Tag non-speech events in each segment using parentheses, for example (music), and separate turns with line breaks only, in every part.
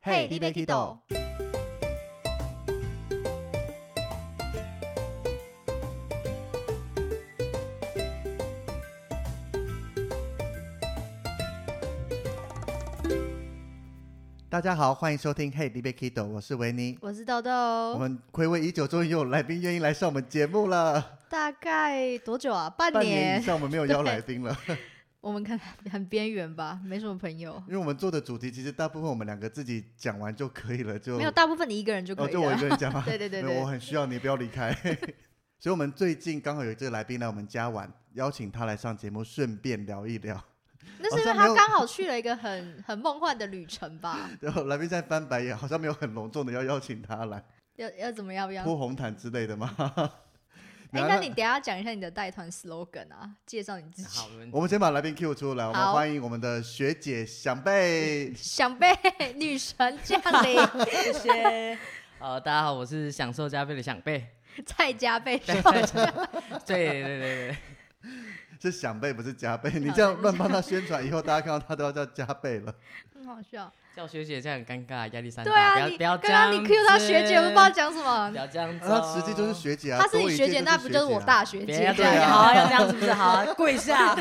嘿你要去倒？
大家好，欢迎收听 Hey, d b Kido，我是维尼。
我是豆
我
豆，
们暌违已久，终于有来宾愿意来上我们节目了。
大概多久啊？半
半年以上我们没有邀来宾了，
我们看很边缘吧，没什么朋友，
(laughs) 因为我们做的主题其实大部分我们两个自己讲完就可以了，就
没有，大部分你一个人就
哦，
可以
就我一
了。
个人讲嘛。
对对对
没有我
对，
很需要你不要离开。 (laughs) 所以我们最近刚好有这个来宾来我们家玩，邀请他来上节目，顺便聊一聊。
(laughs)
(laughs)
那是因为
好像没
他
有
刚好去了一个很很梦幻的旅程吧？
然后来宾在翻白眼，好像没有很隆重的要邀请他来
要要怎么样不要？
铺红毯之类的 (laughs) 吗？
哎、
然后
啊那
他
你等一下讲一下你的带团 slogan 啊，介绍你自
好，
己。
我们
我们先把来宾 Q 出来，我们
好
欢迎我们的学姐想贝。
想被女神降临，
谢谢。呃，大家好，我是享受加倍的享贝。
(laughs) 蔡家被
对对对对对，
是想倍不是加倍，你
好
这
对
样
不
乱
起
帮他宣传，以后大家看到他都要叫加倍了。
很好笑。
叫学姐这样很尴尬，压力山大。
对啊，
不要
你
不要
刚
这样
刚
子。
你 Q 他学姐，我都不知道讲什
不
么。
要这样子
啊
哦。
(laughs) 他实际就是学姐啊，
她是
多
你
一
学
届
姐，
就
那不就是
学姐
我
啊
大学
别
姐？
对
啊
啊
好，要这样是不是？好，跪
(laughs)
下。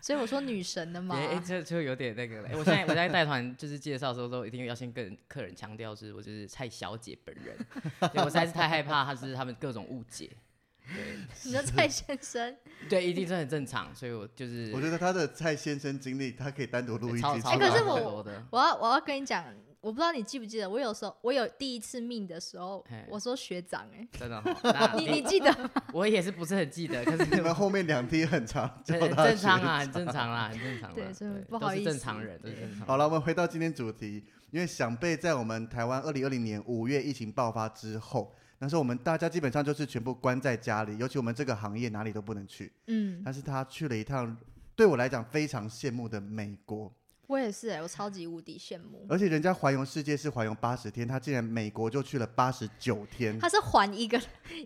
所以我说女神的嘛
别。哎，这就有点那个了。哎我现在我在带团，就是介绍的时候都一定要先跟客人强调，是我就是蔡小姐本人。对我实在是太害怕，他是他们各种误解。对
你说蔡先 (laughs) 生，
对，一定是很正常，所以我就是
我觉得他的蔡先生经历，他可以单独录一
超
集
超
讲。
哎可是我
很多的
我要我要跟你讲，我不知道你记不记得，我有时候我有第一次命的时候
嘿，
我说学长、欸，
真的哦。那
哎，你你记得 (laughs) 吗？
我也是不是很记得，可是
你们后面两题很长，
(laughs)
叫
很
他
正常
学
啊，很正常啦，很正常啦。
对所以不
都
好意
是正
思
常人，都是正常人。
好了，我们回到今天主题，因为想被在我们台湾二零二零年五月疫情爆发之后，那时候我们大家基本上就是全部关在家里，尤其我们这个行业哪里都不能去。
嗯，
但是他去了一趟，对我来讲非常羡慕的美国，
我也是、欸，我超级无敌羡慕。
而且人家环游世界是环游八十天，他竟然美国就去了八十九
嗯
天，
(laughs) 他是还一个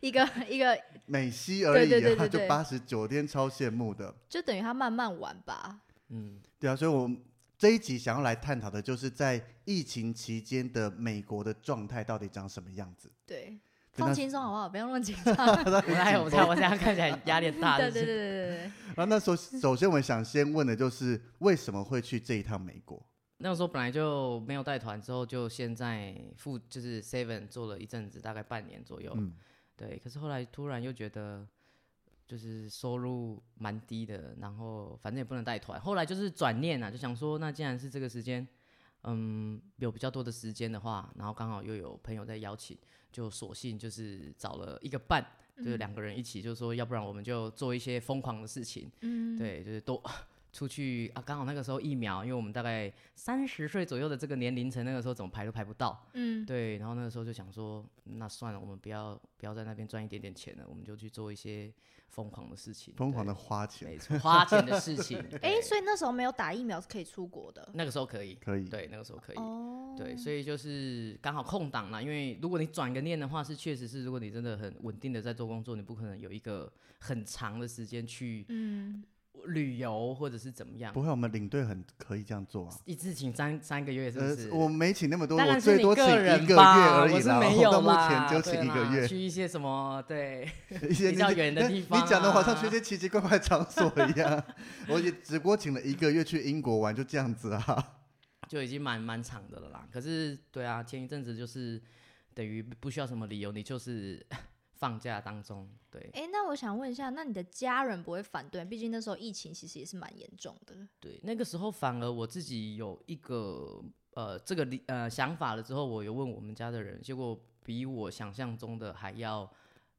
一个一个，
美西而已、啊，
对对对对
就
对
八十九天，超羡慕的。
就等于他慢慢玩吧。
嗯，
对啊，所以我们这一集想要来探讨的就是在疫情期间的美国的状态到底长什么样子。
对，
对那
放轻松好不好？不要那么紧张。
(laughs) 我来，我这样，我这样看起来压力很大。
对
(laughs) 是
对对
不是
对对
然后啊那时候，首先我们想先问的就是为什么会去这一趟美国？
那时候本来就没有带团，之后就先在附就是 Seven 做了一阵子，大概半年左右。
嗯，
对，可是后来突然又觉得。就是收入蛮低的，然后反正也不能带团。后来就是转念啊，就想说，那既然是这个时间，嗯，有比较多的时间的话，然后刚好又有朋友在邀请，就索性就是找了一个伴，
对，
就是两个人一起，就是说，要不然我们就做一些疯狂的事情，
嗯，嗯，
对，就是多 (laughs) 出去啊。刚好那个时候疫苗，因为我们大概三十岁左右的这个年龄层，那个时候怎么排都排不到，
嗯，
对。然后那个时候就想说，那算了，我们不要不要在那边赚一点点钱了，我们就去做一些疯狂的事情，
疯狂
对
的，花钱
没错，花钱的事情
(laughs) 。哎、
对
所以那时候没有打疫苗是可以出国的。
那个时候可以，
可以，
对，那个时候可以。
哦，
对，所以就是刚好空档啦，因为如果你转个念的话，是确实是，如果你真的很稳定的在做工作，你不可能有一个很长的时间去
嗯，
旅游或者是怎么样
不。会，我们领队很可以这样做啊。
一次请三三个月是不是？
呃，我没请那么多，
当
我
然是
最
你
多请
个
一
人
个月
吧，
而已
我是
啦。
没
我 (laughs)
有
到目
啦，
前就
对
请一
啦
个
(laughs)
月，
去一些什么对，
一些
比
你
较
讲
远的
但
地方
你讲的好像
啊
去一些奇奇怪怪的场所一样。我也只不过请了一个月去英国玩，就这样子啊。 (laughs)
就已经蛮蛮长的了啦。可是对啊，前一阵子就是等于不需要什么理由，你就是 (laughs) 放假当中，对
哎、那我想问一下，那你的家人不会反对？毕竟那时候疫情其实也是蛮严重的。
对，那个时候反而我自己有一个呃这个理呃想法了之后，我有问我们家的人，结果比我想象中的还要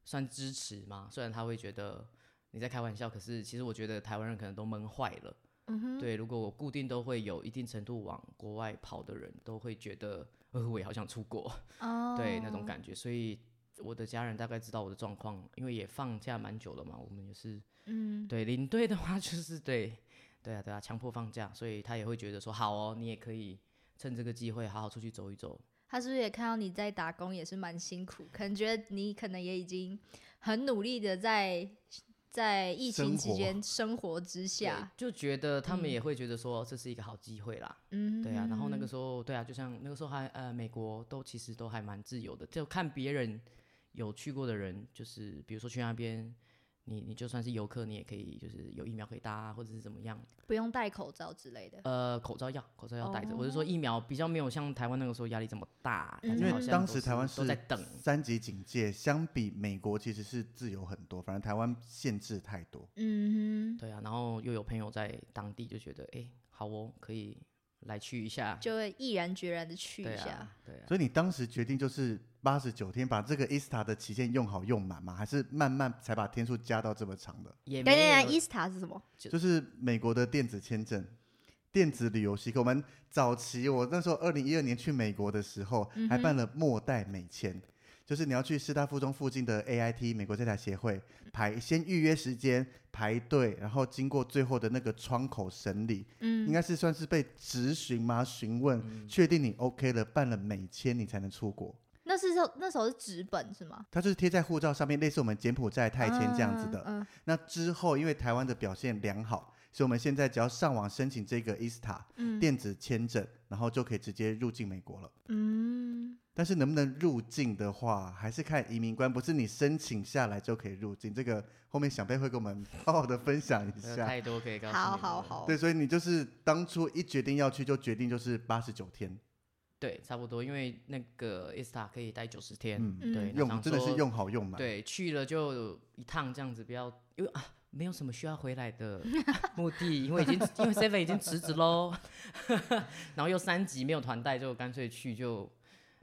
算支持嘛。虽然他会觉得你在开玩笑，可是其实我觉得台湾人可能都闷坏了。
嗯哼，
对，如果我固定都会有一定程度往国外跑的人，都会觉得，呃，我也好想出国，
哦，
对那种感觉。所以我的家人大概知道我的状况，因为也放假蛮久了嘛，我们也是
嗯，
(laughs) 对领队的话就是对，对啊对啊，强迫放假，所以他也会觉得说，好哦，你也可以趁这个机会好好出去走一走。
他是不是也看到你在打工也是蛮辛苦，可能觉得你可能也已经很努力的在在疫
生
情期
活
间生活之下，
就觉得他们
嗯
也会觉得说这是一个好机会啦，
嗯，
对啊，然后那个时候，对啊，就像那个时候还呃，美国都其实都还蛮自由的，就看别人有去过的人，就是比如说去那边，你你就算是游客，你也可以就是有疫苗可以打啊，或者是怎么样，
不用戴口罩之类的，
呃，口罩要口罩要戴着。我是说疫苗比较没有像台湾那个时候压力这么大，
哦嗯
感
因
觉
为
好像
当
都
时台湾
都
是
在等，
三级警戒，相比美国其实是自由很多，反正台湾限制太多。
嗯
对啊，然后又有朋友在当地就觉得，哎，好哦，可以来去一下
哼，，就会毅然决然的去
对
一下
啊。，对啊，
所以你当时决定就是八十九天，把这个 ISTA 的期限用好用满吗？还是慢慢才把天数加到这么长的？
也
等
没
等
有
等，Esta 是什么？
就
就是美国的电子签证、电子旅游许可。我们早期我那时候二零一二年去美国的时候，还办了末代美签。就是你要去师大附中附近的 AIT 美国在台协会排，先预约时间排队，然后经过最后的那个窗口审理，应
嗯，
该是算是被质询吗？询问，确定你 OK 了，办了美签，你才能出国。
那是时候那时候是纸本是吗？
它就是贴在护照上面，类似我们柬埔寨泰签这样子的。
嗯，嗯
那之后，因为台湾的表现良好，所以我们现在只要上网申请这个 E ISTA
嗯
电子签证，然后就可以直接入境美国了。
嗯，
但是能不能入境的话，还是看移民官，不是你申请下来就可以入境。这个后面小贝会跟我们 (laughs) 好好的分享一
没有
下。
太多可以告诉你
好
了。
好好，
对，所以你就是当初一决定要去，就决定就是八十九天，
对，差不多，因为那个 ISTA 可以待九十天，
嗯
嗯
对，那
用
想
真的是
说
用好用满。
对，去了就一趟这样子，不要因为啊，没有什么需要回来
(laughs)
的目的，因为已经因为 Seven 已经辞职喽， (laughs) 然后又三级没有团带，就干脆去就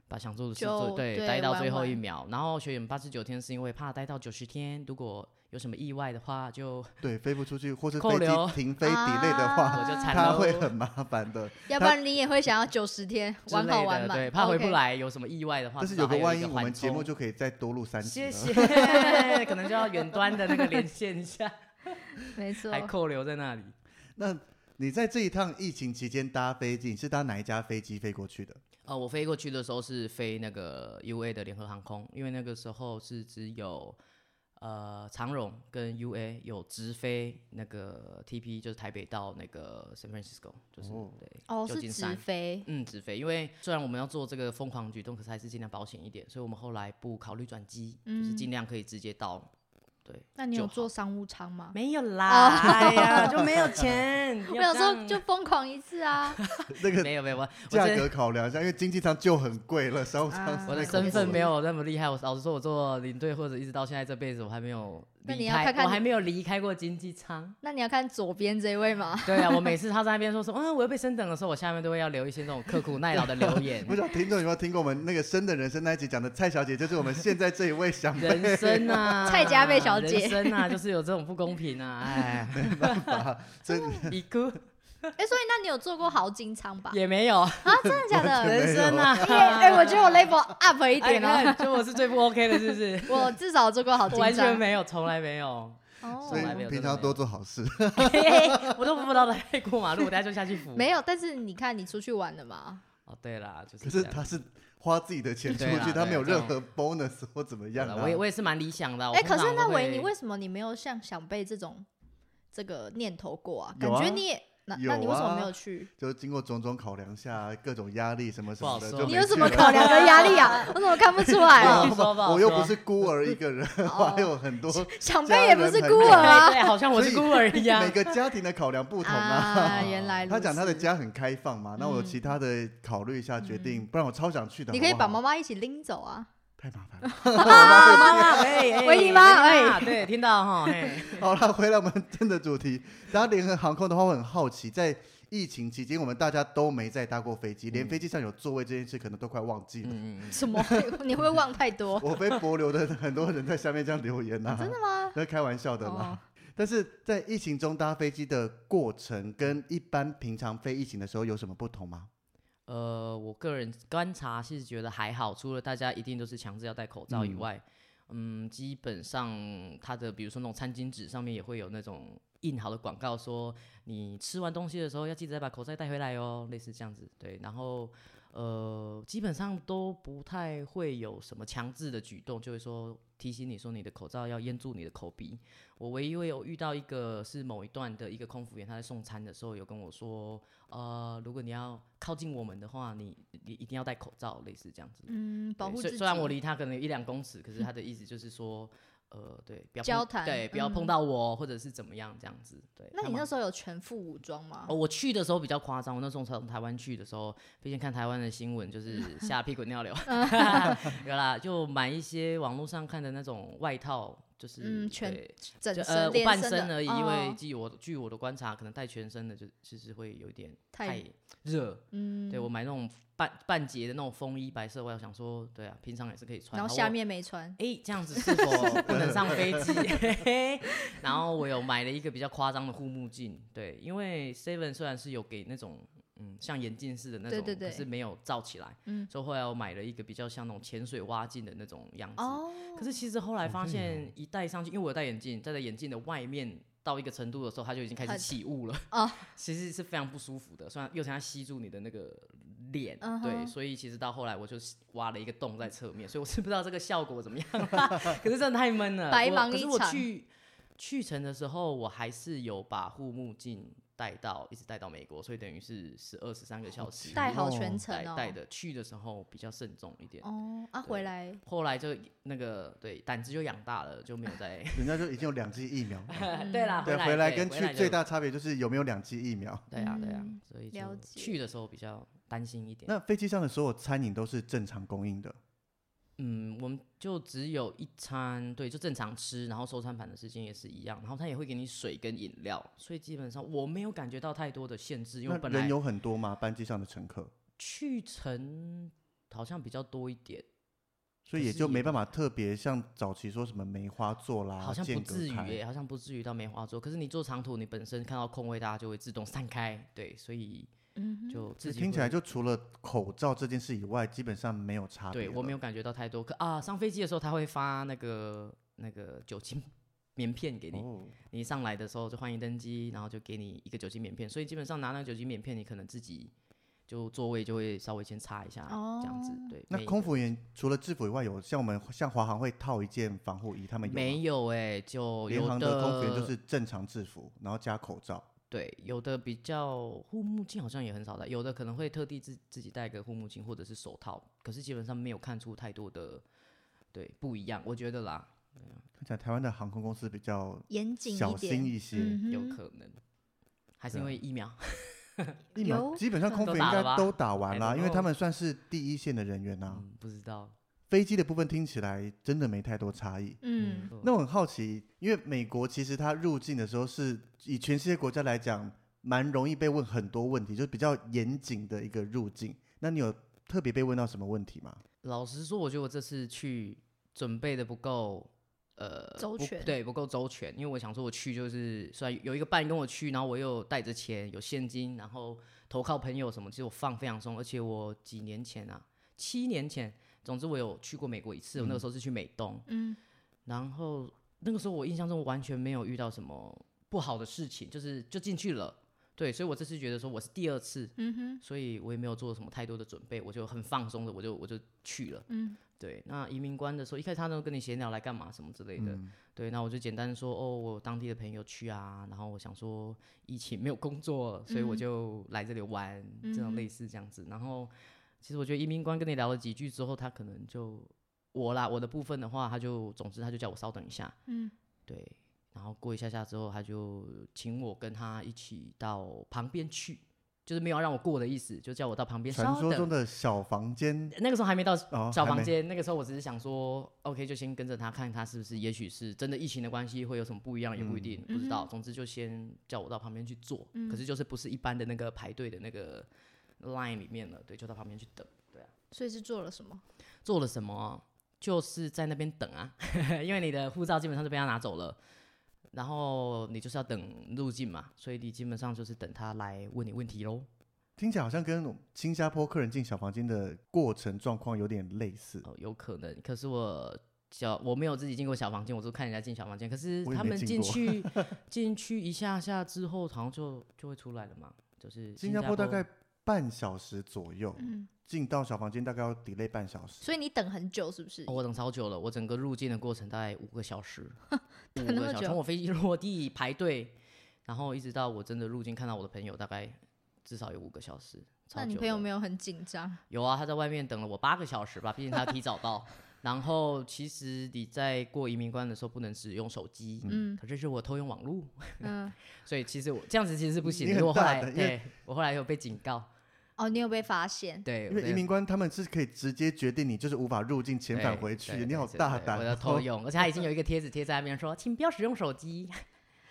把想做的事做，
就
对，
对
待到
玩
最后一
玩
秒。然后学员八十九天是因为怕待到九十天，如果有什么意外的话，就
对，飞不出去或是
扣
飞机
留
停飞 delay 的话，
啊
我就惨
它
了，哦
会很麻烦的。
要不然你也会想要九十天
之
玩好
类
玩
的
满，
对，怕回不
OK。
来有什么意外的话，
但
至
是
少
有
还
个
有
万
一
一，我
缓
们节目
冲
就可以再多录三集
谢
了。
谢， (laughs) 可能就要远端的那个连线一 (laughs) 下，
没错
还，扣留在那里。
那你在这一趟疫情期间搭飞机，你是搭哪一家飞机飞过去的？
呃，我飞过去的时候是飞那个 UA 的联合航空，因为那个时候是只有呃长荣跟 UA 有直飞那个 TP，就是台北到那个 San Francisco，就是、
哦
对，
哦，
旧
是
金
直
山
飞，
嗯，直飞。因为虽然我们要做这个疯狂举动，可是还是尽量保险一点，所以我们后来不考虑转机，就是
嗯
尽量可以直接到。哦对，
那你有
就好
坐商务舱吗？
没有啦，哎呀，就没有
(laughs)
钱。
我想说就疯狂一次啊！
那个
没有没有，我我
价
真
格考量一下，因为经济舱就很贵了，商务舱
啊
实在
(laughs) 我的
太恐
身份
怖
没
了。。
有那么厉害，我老实说，我做领队或者一直到现在这辈子，我还没有
那你
离
要
开，
看看
我
你
还没有离开过经
(laughs)
济舱。
那你要看左边这一位吗？
对啊，我每次他在那边说说，嗯，我又被升等的时候，我下面都会要留一些那种刻苦耐劳的
(laughs)
留言
不知道听众有没有听过我们那个《生的人生》那一集讲的蔡小姐，就是我们现在这一位
(laughs)
想贝。
人生
(laughs)
啊，
蔡家贝小姐
人生啊，就是有这种不公平啊，
(laughs)
哎， (laughs)
所以
一哭
哎，所以那你有坐过豪金舱吧？
也
(laughs)
没有，
啊，真的假
完全
的？
没有
人生啊，
耶！
(laughs)
(laughs) 哎，我觉得我 level up 一点
哎你
哦，
看就我是最不 OK 的，是不是？
(laughs) 我至少坐过豪
我
金
完全
舱。
没有，从来没
(laughs)
有， (laughs)
哦
所
从来没
以
有
平
真的
常
没有
多做好事。
嘿嘿嘿我都不知道在过马路，我等下就下去扶。
没有，但是你看你出去玩了嘛？
哦，对啦，就
可
是这
是
样。
他是花自己的钱出
对啦
去，他没有
对
任
啊
何 bonus 或怎么样
好
啊
啦我也我也是蛮理想的啊。我
哎，
通
可是
常
那
都
维
会
尼为什么你没有像想被这种这个念头过啊？感
有啊
觉你也那那你为什么没
有啊
有去？
就经过种种考量下，各种压力什么什
不好
么的，
说
就
你
没
有什
去
么
了
考量跟压力
(laughs)
啊？我怎么看不出来
好
啊
不？说不好
我又
说哦
不是孤儿一个
(laughs)
人，我还有很多，
想被也不是孤儿
对
啊。
对，好像我是
所以
孤儿一样
(laughs) 每。个家庭的考量不同
啊，
啊。
原来如
他讲他的
此，
家很开放嘛，那我有
嗯
其他的考虑一下决定，不然我超想去的。
你可以
好不好
把妈妈一起拎走啊。
太麻烦了。
妈妈，哎哎
维尼啊妈
啊，对，听到
(laughs)
哈，嘿
好了，回来我们真的主题，搭联合航空的话，我很好奇，在疫情期间，我们大家都没再搭过飞机，连
嗯
飞机上有座位这件事可能都快忘记了。
嗯，嗯
什么？ (laughs) 你会忘太
(laughs)
(laughs)
多？
我被博流的很多人在下面这样留言呐、
真的吗？
那开玩笑的啦。
哦，
但是在疫情中搭飞机的过程跟一般平常飞疫情的时候有什么不同吗？
呃，我个人观察是觉得还好，除了大家一定都是强制要戴口罩以
嗯
外，嗯，基本上它的比如说那种餐巾纸上面也会有那种。印好的广告说，你吃完东西的时候要记得再把口罩带回来哦，类似这样子。对，然后呃，基本上都不太会有什么强制的举动，就会说提醒你说你的口罩要淹住你的口鼻。我唯一会有遇到一个是某一段的一个空服员，他在送餐的时候有跟我说，呃，如果你要靠近我们的话，你你一定要戴口罩，类似这样子。
嗯，保
对
护
虽
自己。
虽然我离他可能有一两公尺，可是他的意思就是说，呃，对，不要碰
交谈
对，不要碰
嗯
到我，或者是怎么样这样子。对，
那
他
你
们
那时候有全副武装吗
哦，？我去的时候比较夸张，我那时候从台湾去的时候，毕竟看台湾的新闻就是
(laughs)
吓屁滚尿流，有啦，就买一些网络上看的那种外套，就是、
嗯全
对
整
就
身、
呃我
连
半
身
身
的
而已，因为
哦
据我据我的观察，可能带全身的就其实会有点
太
太热，
嗯，
对我买那种半半截的那种风衣，白色外套，想说对啊，平常也是可以穿，
然后
我
下面没穿，
哎、这样子是
(laughs)
否不能上飞机？ (laughs) 嘿嘿然后我有买了一个比较夸张的护目镜，对，因为 Seven 虽然是有给那种嗯像眼镜似的那种，
对对对
可是没有罩起来，
嗯
所以后来我买了一个比较像那种潜水蛙镜的那种样子。
哦，
可是其实后来
好
发
像有
现一戴上去，因为我有戴眼镜，戴在眼镜的外面。到一个程度的时候，它就已经开始
很
起雾了
哦
(laughs) 其实是非常不舒服的。虽然又想要吸住你的那个脸
嗯
对，
哼
所以其实到后来我就挖了一个洞在侧面，所以我是不知道这个效果怎么样 (laughs) 啦可是真的太闷了，
白
我
忙
可
一
是我
场
去去程的时候，我还是有把护目镜带到，一直带到美国，所以等于是十二十三个小时
带好
哦
全程
带
哦，
带的。去的时候比较慎重一点。
哦啊，
对
回来
后来就那个对胆子就养大了，就没有再
人家就已经有两剂疫苗了。
(laughs) 对啦，
对，
来
回来
对
跟
啊回
去最
就
大差别就是有没有两剂疫苗。
对啊对啊
嗯，
所以
了
就
解
去的时候比较担心一点。
那飞机上的所有餐饮都是正常供应的，
嗯，我们就只有一餐，对，就正常吃，然后收餐盘的时间也是一样，然后他也会给你水跟饮料，所以基本上我没有感觉到太多的限制，因为
那
我本
人
来
有很多吗？班机上的乘客，
去程好像比较多一点，
所以
可
也
是
就
也
没办法特别像早期说什么梅花座啦，
好像不
间隔
至于、
哦开
欸，好像不至于到梅花座。可是你坐长途，你本身看到空位，大家就会自动散开，对，所以
嗯哼，
就
其
自
实
己
听起来
会
就除了口罩这件事以外，基本上没有差别
对
了。
我没有感觉到太多。可啊，上飞机的时候他会发那个那个酒精棉片给你，
哦，
你上来的时候就欢迎登机，然后就给你一个酒精棉片，所以基本上拿那个酒精棉片，你可能自己就座位就会稍微先擦一下，这样子
哦。
对，
那
每一
空
个
服员除了制服以外，有像我们像华航会套一件防护衣，他们有吗
没有哎、就
联
有
航的空服员就是正常制服，然后加口罩。
对，有的比较护目镜好像也很少戴，有的可能会特地自自己戴个护目镜或者是手套，可是基本上没有看出太多的对不一样，我觉得啦，
看起来台湾的航空公司比较
严谨
小
点
心，一些，
嗯哼
有可能还是
对啊
因为疫苗。
疫苗
有
基本上
可
空
能
服员应
都打了吧
该都打完
哎
啦，
然
因为
后
他们算是第一线的人员呐、
嗯，不知道。
飞机的部分听起来真的没太多差异。
嗯，
嗯
那我很好奇，因为美国其实它入境的时候是以全世界国家来讲，蛮容易被问很多问题，就是比较严谨的一个入境。那你有特别被问到什么问题吗？
老实说，我觉得我这次去准备的不够，呃，
周
不
全
对，不够周全。因为我想说，我去就是虽然有一个伴跟我去，然后我又带着钱，有现金，然后投靠朋友什么，其实我放非常松。而且我几年前啊，七年前，总之我有去过美国一次，我那个时候是去美东，
嗯
然后那个时候我印象中完全没有遇到什么不好的事情，就是就进去了。对，所以我这次觉得说我是第二次，
嗯哼，
所以我也没有做什么太多的准备，我就很放松的，我就我就去了。
嗯，
对，那移民官的时候，一开始他都跟你闲聊来干嘛什么之类的。对，那我就简单说，哦，我有当地的朋友去啊，然后我想说疫情没有工作，所以
嗯
我就来这里玩，这
嗯
种类似这样子。然后其实我觉得移民官跟你聊了几句之后，他可能就我啦，我的部分的话，他就总之他就叫我稍等一下，
嗯，
对，然后过一下下之后，他就请我跟他一起到旁边去。就是没有要让我过的意思，就叫我到旁边
传
稍
说
等。
中的小房间
那个时候还没到
哦，
小
还
房
没。
间，那个时候我只是想说，OK，就先跟着他看他是不是，也许是真的疫情的关系会有什么不一样，也
嗯
不一定，不知道。总之就先叫我到旁边去坐，可是就是不是一般的那个排队的那个 line 里面了，对，就到旁边去等。
所以是做了什么？
做了什么？就是在那边等啊， (laughs) 因为你的护照基本上就被他拿走了，然后你就是要等入境嘛，所以你基本上就是等他来问你问题喽。
听起来好像跟新
哦
加坡客人进小房间的过程状况有点类似。
哦，有可能。可是我小，我没有自己进过小房间，我都看人家进小房间。可是
我也
他
没
们
进
进
过
去 (laughs) 进去一下下之后，好像就就会出来了嘛。就是
新
加
加坡大概半小时左右，
嗯
进到小房间大概要 delay 半小时。
嗯所以你等很久是不是？
哦我等超久了，我整个入境的过程大概五个
(laughs)
小时，五
等那么
个小时，
久
从我飞机 (laughs) 落地排队，然后一直到我真的入境看到我的朋友，大概至少有五个小时。超
那你
久
朋友
的
没有很紧张？
有啊，他在外面等了我八个小时吧，毕竟他提早到。
(laughs)
然后其实你在过移民关的时候不能使用手机，
嗯
可是是我偷用网络， (laughs)
嗯，
所以其实我这样子其实是不行
你
的。可是
很
我后
大
来
胆因为
对我后来有被警告，
哦，你有被发现？
对，
因
我
为
的
移民官他们是可以直接决定你就是无法入境遣返
对
回去，
对
你好
对对
大
对
胆
我
哦、(laughs)
要偷用，而且他已经有一个贴纸贴在那边说， (laughs) 请不要使用手机。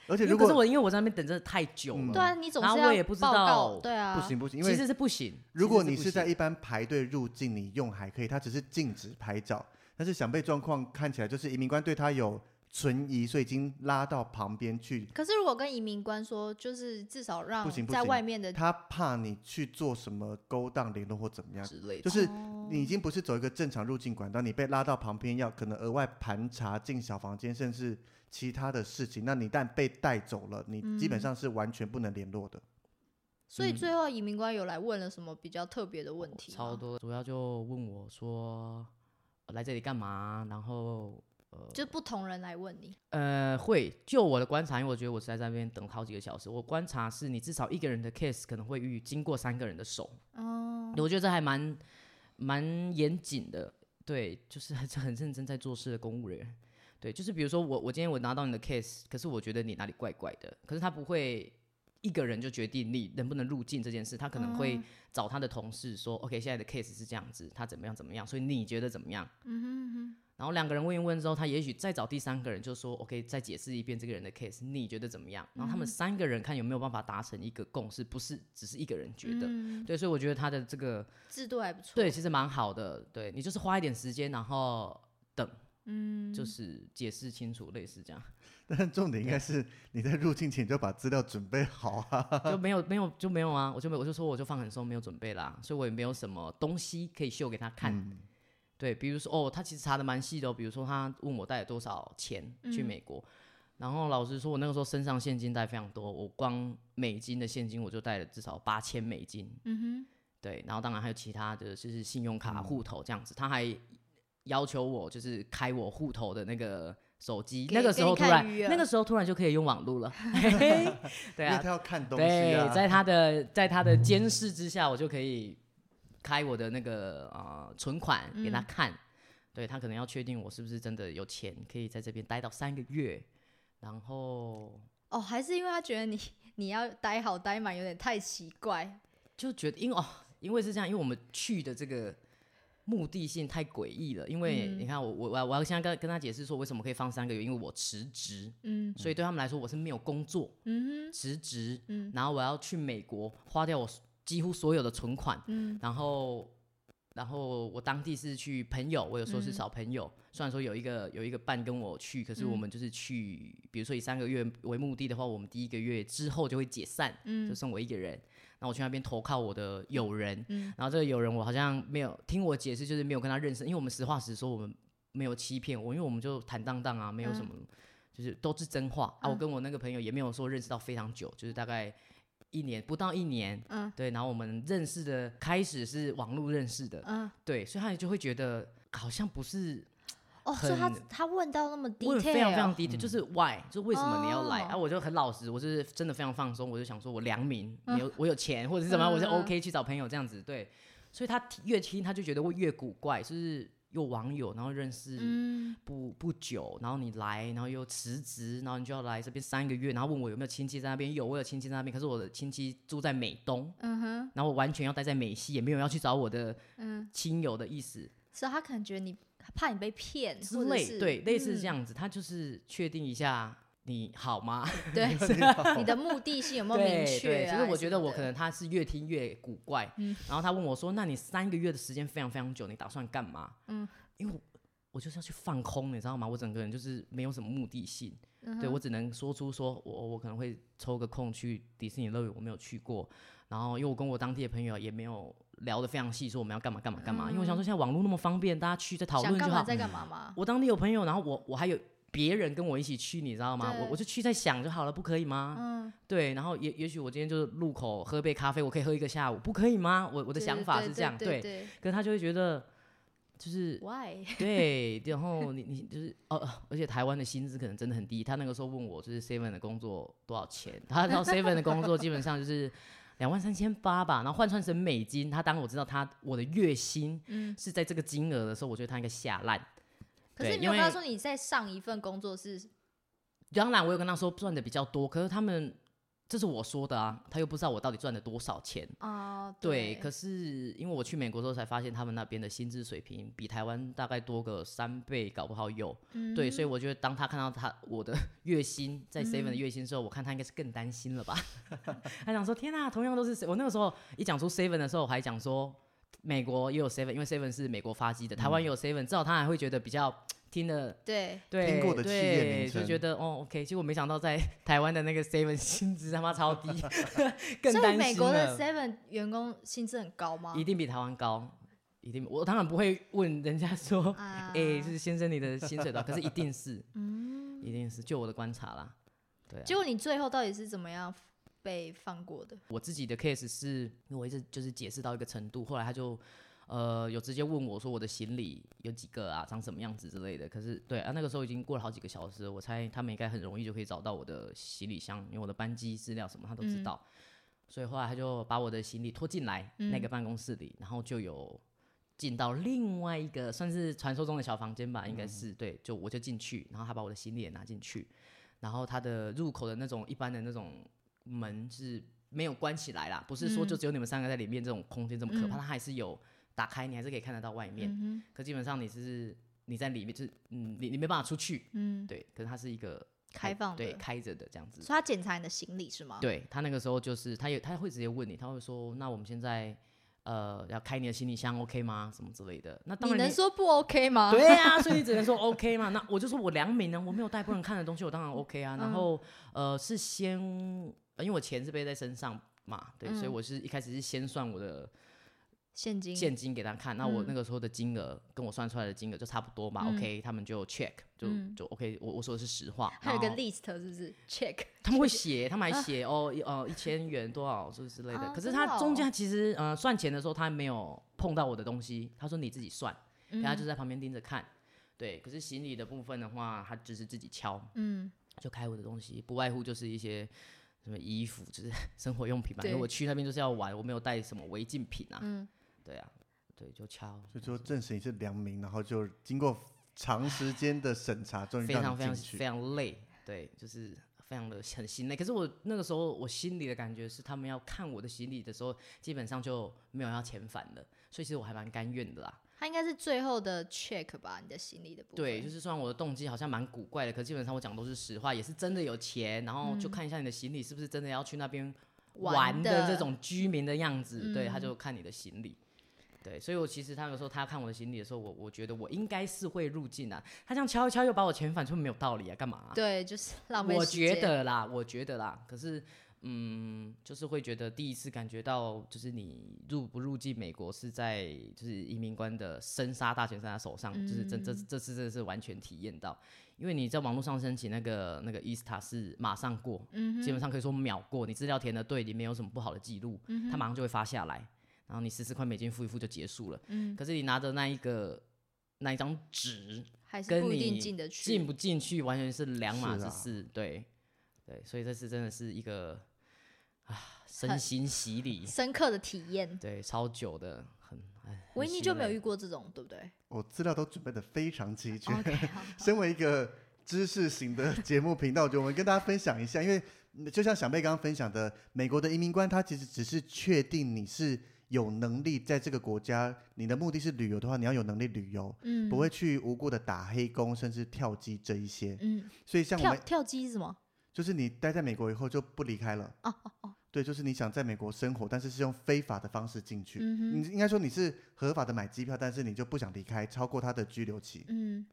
而且
因为
如
可是
果
我因为我在那边等真的太久
嗯
了，
对啊，你总
然
是
后
要
我也不知
报告
道
对啊，
不，行不行，因
其
为
实是不行。
如
其实
果
是
你
不
是在
行
一般排队入境，你用还可以，他只是禁止拍照。但是想被状况看起来就是移民官对他有存疑，所以已经拉到旁边去。
可是如果跟移民官说，就是至少让
不行不
在
行
外面的
他怕你去做什么勾当、联络或怎么样，
之类的，
就是
哦
你已经不是走一个正常入境管道，你被拉到旁边要可能额外盘查进小房间，甚至其他的事情。那你一旦被带走了，你基本
嗯
上是完全不能联络的。
所以
嗯
最后移民官有来问了什么比较特别的问题吗？
超多，主要就问我说呃来这里干嘛，然后
就不同人来问你，
呃，会。就我的观察，因为我觉得我是在那边等好几个小时。我观察是你至少一个人的 case 可能会遇经过三个人的手，
哦，
我觉得这还蛮蛮严谨的。对，就是很很认真在做事的公务人。对，就是比如说我我今天我拿到你的 case，可是我觉得你哪里怪怪的，可是他不会一个人就决定你能不能入境这件事，他可能会
嗯
找他的同事说、o k 现在的 case 是这样子，他怎么样怎么样，所以你觉得怎么样？
嗯哼嗯
然后两个人问一问之后，他也许再找第三个人，就说 OK，再解释一遍这个人的 case，你觉得怎么样？然后
嗯
他们三个人看有没有办法达成一个共识，不是只是一个人觉
哼，
得。
嗯
对，所以我觉得他的这个
制度还不错，
对，其实蛮好的。对你就是花一点时间，然后
嗯，
就是解释清楚，类似这样，
(laughs) 但重点应该是你在入境前就把资料准备好啊。
就没有没有就没有啊，我就没有我就说我就放很松，没有准备啦，所以我也没有什么东西可以秀给他看。
嗯
对，比如说哦，他其实查的蛮细的、哦，比如说他问我带了多少钱去
嗯
美国，然后老实说，我那个时候身上现金带非常多，我光美金的现金我就带了至少八千美金，
嗯
对，然后当然还有其他的就是信用卡、户头这样子，他还要求我就是开我户头的那个手机，
给
那个时
给你
候突
看
然
余额
那个时候突然就可以用网
(laughs)
络了，嘿嘿
因
对
为
啊
他，要看东西
对，
啊。 (laughs)
在他的在他
(laughs)
的监视之下，我就可以开我的那个呃存款给他
嗯
看，对他可能要确定我是不是真的有钱，可以在这边待到三个月，然后
哼，哦，还是因为他觉得你 (laughs) 你要待好待满有点太奇怪，
就觉得因为哦，因为是这样，因为我们去的这个。目的性太诡异了，因为
嗯
你看我我我要我要现在跟跟他解释说为什么可以放三个月，因为我辞职，
嗯
所以对他们来说我是没有工作，
嗯哼，
辞职，
嗯
然后我要去美国花掉我几乎所有的存款，
嗯
然后，然后我当地是去朋友，我有时候是
嗯
找朋友。虽然说有一个有一个伴跟我去，可是我
嗯
们就是去，比如说以三个月为目的的话，我们第一个月之后就会解散，就
嗯
剩我一个人。那我去那边投靠我的友人，
嗯
然后这个友人我好像没有听我解释，就是没有跟他认识，因为我们实话实说，我们没有欺骗我，因为我们就坦荡荡啊，没有什
嗯
么，就是都是真话啊。我
嗯
跟我那个朋友也没有说认识到非常久，就是大概一年不到一年，
嗯
对，然后我们认识的开始是网络认识的，
嗯，
对，所以他也就会觉得好像不是
哦，所以他
很
他问到那么
问非常非常
detail，啊
低，就是 why，就为什么你要来、
哦
啊？我就很老实，我就是真的非常放松，我就想说我良民，你有我有钱或者是怎么样，我就
嗯嗯
OK 去找朋友这样子，对，所以他听越听他就觉得我越古怪，就是又网友，然后认识。
嗯
不不久，然后你来，然后又辞职，然后你就要来这边三个月，然后问我有没有亲戚在那边，有，我有亲戚在那边，可是我的亲戚住在美东，
嗯哼
然后我完全要待在美西，也没有要去找我的
嗯，
亲友的意思
所以他可能觉得你怕你被骗
之
或者
类，
是
对，类似
嗯
这样子，他就是确定一下你好吗？ (laughs)
对，你的目的性有没有明
对
确
对，
啊？
就是我觉得
还是什么
我
的
可能他是越听越古怪，
嗯
然后他问我说：“那你三个月的时间非常非常久，你打算干嘛？”
嗯
因为我我就是要去放空，你知道吗？我整个人就是没有什么目的性，
嗯
对
哼
我只能说出说我我可能会抽个空去迪士尼乐园，我没有去过。然后因为我跟我当地的朋友也没有聊得非常细，说我们要干嘛干嘛干嘛。因为我想说现在网络那么方便，大家去再讨
嗯想
论
干
就
嘛
好。
在干嘛嘛。
我当地有朋友，然后我我还有别人跟我一起去，你知道吗？我
对
我就去再想就好了，不可以吗？
嗯，
对，然后也也许我今天就是路口喝杯咖啡，我可以喝一个下午，不可以吗？我我
我
的想法是这样，
对对
可是他就会觉得就是
对，Why？
对， (laughs) 然后你你就是哦，而且台湾的薪资可能真的很低。他那个时候问我，就是 Seven 的工作多少钱？他
(laughs)
到 Seven 的工作基本上就是两万三千八吧，然后换算成美金，他当我知道他我的月薪
嗯，
是在这个金额的时候，我觉得他应该吓烂。
可是
对
你有没
因
有
为
说你在上一份工作是
当然，我有跟他说赚的比较多，可是他们这是我说的啊，他又不知道我到底赚了多少钱。
啊？对，
对，可是因为我去美国之后才发现，他们那边的薪资水平比台湾大概多个三倍，搞不好有。
嗯
对，所以我觉得当他看到他我的月薪在 Seven 的月薪之后，我看他应该是更担心了吧？ (laughs) 他想说：“天哪、同样都是 se- 我那个时候一讲出 Seven 的时候，我还讲说美国也有 Seven，因为 Seven 是美国发迹的，台湾也有 Seven，至少他还会觉得比较听的。”
对，
对，
听过的企业
对
名称
就觉得哦，OK，结果没想到在 (laughs) 台湾的那个 Seven 薪资他妈
(laughs)
超低，更
所
担
以
心
美国
了
的哦 Seven 员工薪资很高吗
一？定比台湾高，一定。我当然不会问人家说，哎、
啊
就是先生你的薪水多少？可是一定是，
嗯
一定是，就我的观察啦。对、啊，
结果你最后到底是怎么样被放过的？
我自己的 case 是因为我一直就是解释到一个程度，后来他就呃有直接问我说我的行李有几个啊，长什么样子之类的。可是对啊，那个时候已经过了好几个小时了，我猜他们应该很容易就可以找到我的行李箱，因为我的班机资料什么他都知道。所以后来他就把我的行李拖进来那个办公室里，然后就有。进到另外一个算是传说中的小房间吧，应
嗯
该是、对，就我就进去，然后他把我的行李也拿进去，然后他的入口的那种一般的那种门是没有关起来啦，不是
嗯
说就只有你们三个在里面这种空间这么可怕，它还是有打开，你还是可以看得到外面。
嗯
可基本上你是你在里面，就是嗯，你你没办法出去
哼，，嗯，
对。可是它是一个
开放的
对，，开着的这样子
所以。他检查你的行李是吗？，
对他那个时候就是他也他会直接问你，他会说：“那我们现在呃要开你的行李箱，OK 吗？什么之类的。”那当
你
然
能说不 OK 吗？
对
(laughs)
啊，所以你只能说 OK 嘛。那我就说我良民呢，我没有带不能看的东西，我当
嗯
然 OK 啊。然后、呃，是先呃因为我钱是背在身上嘛，对，所以
嗯
我是一开始是先算我的
现金，
现金给他看，那我
嗯
那个时候的金额跟我算出来的金额就差不多嘛、
嗯
o k 他们就 check 就、
嗯
就 OK，我我说的是实话。
还有一个
然后
list 是不是？Check，
他们会写，他们还写哦，一呃，一千元多少是之类的。
啊
可是
真的
他
哦
中间其实呃算钱的时候，他没有碰到我的东西，他说你自己算，可他
嗯
就是在旁边盯着看。对，可是行李的部分的话，他只是自己敲，
嗯，
就开我的东西，不外乎就是一些什么衣服，就是 (laughs) 生活用品嘛。
对
因为我去那边就是要玩，我没有带什么违禁品啊。
嗯
对啊，对，就敲。
就说证实你是良民，然后就经过长时间的审查，终于
非
让
常
你
非常
进
非
去。
常累，对，就是非常的很心累。可是我那个时候我心里的感觉是，他们要看我的行李的时候，基本上就没有要遣返了，所以其实我还蛮甘愿的啦。
他应该是最后的 check 吧，你的行李的部分。
对，就是虽然我的动机好像蛮古怪的，可基本上我讲都是实话，也是真的有钱，然后就看一下你的行李是不是真的要去那边玩的
嗯的
这种居民的样子，对，他
嗯
就看你的行李。对，所以我其实他有时候他看我的行李的时候，我我觉得我应该是会入境啊。他这样敲一敲又把我遣返，就没有道理啊，干嘛啊、
对，就是浪费
我
时间。
觉得啦，我觉得啦，可是。嗯，就是会觉得第一次感觉到，就是你入不入境美国是在就是移民官的生杀大权在他手上，就是这这
嗯
这次真的是完全体验到，因为你在网络上申请那个那个 E ESTA 是马上过，
嗯
基本上可以说秒过，你资料填的对，你没有什么不好的记录，
嗯
他马上就会发下来，然后你十四块美金付一付就结束了，
嗯
可是你拿着那一个那一张纸，
还是
跟
不一定
你
进得去。
进不进去完全是两码
是
子
啊
事，对对，所以这次真的是一个啊身
很
心洗礼，
深刻的体验，
对，超久的，很哎
维尼就没有遇
遇
过这种，对不对
我资料都准备的非常齐全。
？OK，好
(laughs) 身为一个知识型的节目频道，我觉得我们跟大家分享一下，因为嗯就像小贝刚刚分享的，美国的移民官他其实只是确定你是有能力在这个国家，你的目的是旅游的话，你要有能力旅游，
嗯，
不会去无故的打黑工，甚至跳机这一些。
嗯，
所以像我
跳
们
跳机是什么？
就是你待在美国以后就不离开了。
哦哦哦，
对，就是你想在美国生活，但是是用非法的方式进去。
嗯哼，
你应该说你是合法的买机票，但是你就不想离开超过他的居留期。
嗯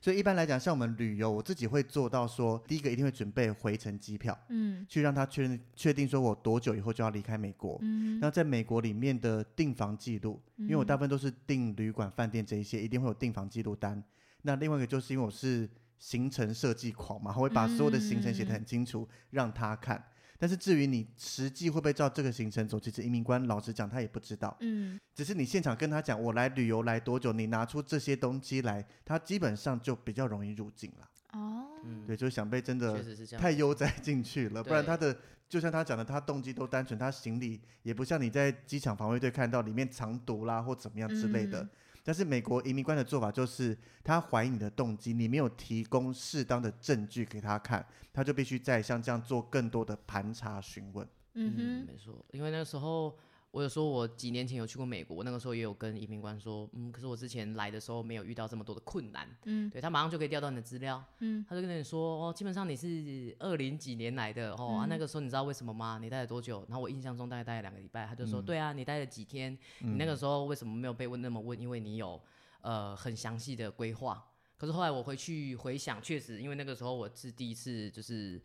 所以一般来讲，像我们旅游，我自己会做到说，第一个一定会准备回程机票，
嗯
去让他确认确定说我多久以后就要离开美国。
嗯
那在美国里面的订房记录，因为我大
嗯
部分都是订旅馆、饭店这一些，一定会有订房记录单。那另外一个就是因为我是行程设计狂嘛，我会把所有的行程写
嗯
得很清楚，让他看。但是至于你实际会不会照这个行程走，其实移民官老实讲他也不知道。
嗯
只是你现场跟他讲我来旅游来多久，你拿出这些东西来，他基本上就比较容易入境了。
哦，
嗯，
对，就是想被真的
确实是这样。
太悠哉进去了，不然
对
他的就像他讲的，他动机都单纯，他行李也不像你在机场防卫队看到里面藏毒啦或怎么样之类的。
嗯
但是美国移民官的做法就是，他怀疑你的动机，你没有提供适当的证据给他看，他就必须再像这样做更多的盘查询问。
嗯哼，
没错，因为那个时候我有说，我几年前有去过美国，那个时候也有跟移民官说，嗯，可是我之前来的时候没有遇到这么多的困难，
嗯
对他马上就可以调到你的资料，
嗯
他就跟你说，哦，基本上你是二零几年来的，哦、啊，那个时候你知道为什么吗？你待了多久？然后我印象中大概待了两个礼拜，他就说，对啊，你待了几天？你那个时候为什么没有被问那么问？因为你有呃很详细的规划。可是后来我回去回想，确实因为那个时候我是第一次就是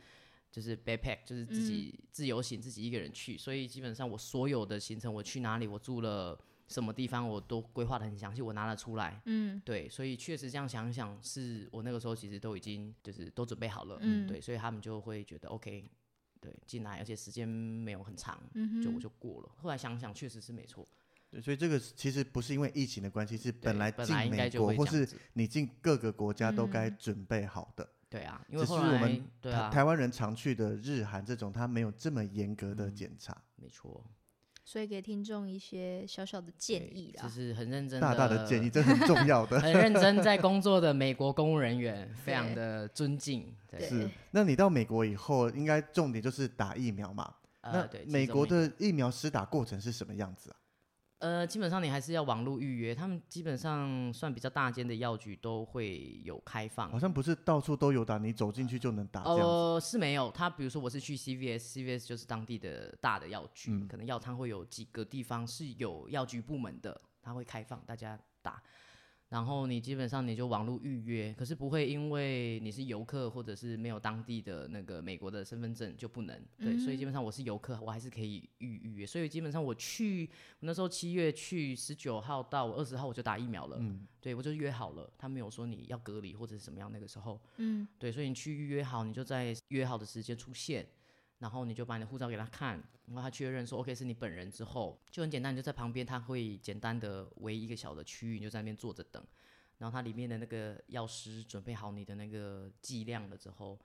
就是 backpack，就是自己自由行，自己一个人去，所以基本上我所有的行程，我去哪里，我住了什么地方，我都规划的很详细，我拿了出来。
嗯
对，所以确实这样想一想，是我那个时候其实都已经就是都准备好了，
嗯
对，所以他们就会觉得 OK，对，进来，而且时间没有很长，
嗯哼，
就我就过了。后来想想，确实是没错，
对，所以这个其实不是因为疫情的关系，是
对
本来
本
进
来应该
美
就
国
会
或
这样
是
子，
你进各个国家都该
嗯
准备好的。
对啊，因为
只
后
是我
来
们
对
台
啊，
台湾人常去的日韩这种，他没有这么严格
嗯
的检查。
没错，
所以给听众一些小小的建
对
议
就
啦。
是很认真，
大大的建议，。这很重要的。
很认真在工作的美国公务
(laughs)
人员，非常的尊敬。 (laughs) 对，
对
是，那你到美国以后，应该重点就是打疫苗嘛？
呃，对，
那
其
美
中
国的疫苗施打过程是什么样子啊？
呃，基本上你还是要网络预约，他们基本上算比较大间的药局都会有开放
好。像不是到处都有打，你走进去就能打这样子。
呃，是没有。他比如说我是去 CVS，CVS 就是当地的大的药局，
嗯
可能药摊会有几个地方是有药局部门的，他会开放大家打。然后你基本上你就网络预约，可是不会因为你是游客或者是没有当地的那个美国的身份证就不能对，所以基本上我是游客，我还是可以预预约。所以基本上我去，我那时候七月去十九号到二十号我就打疫苗了，
嗯
对我就约好了，他没有说你要隔离或者是怎么样，那个时候
嗯
对，所以你去预约好，你就在约好的时间出现，然后你就把你的护照给他看，然后他确认说 OK 是你本人之后，就很简单，你就在旁边，他会简单的围一个小的区域，你就在那边坐着等，然后他里面的那个药师准备好你的那个剂量了之后，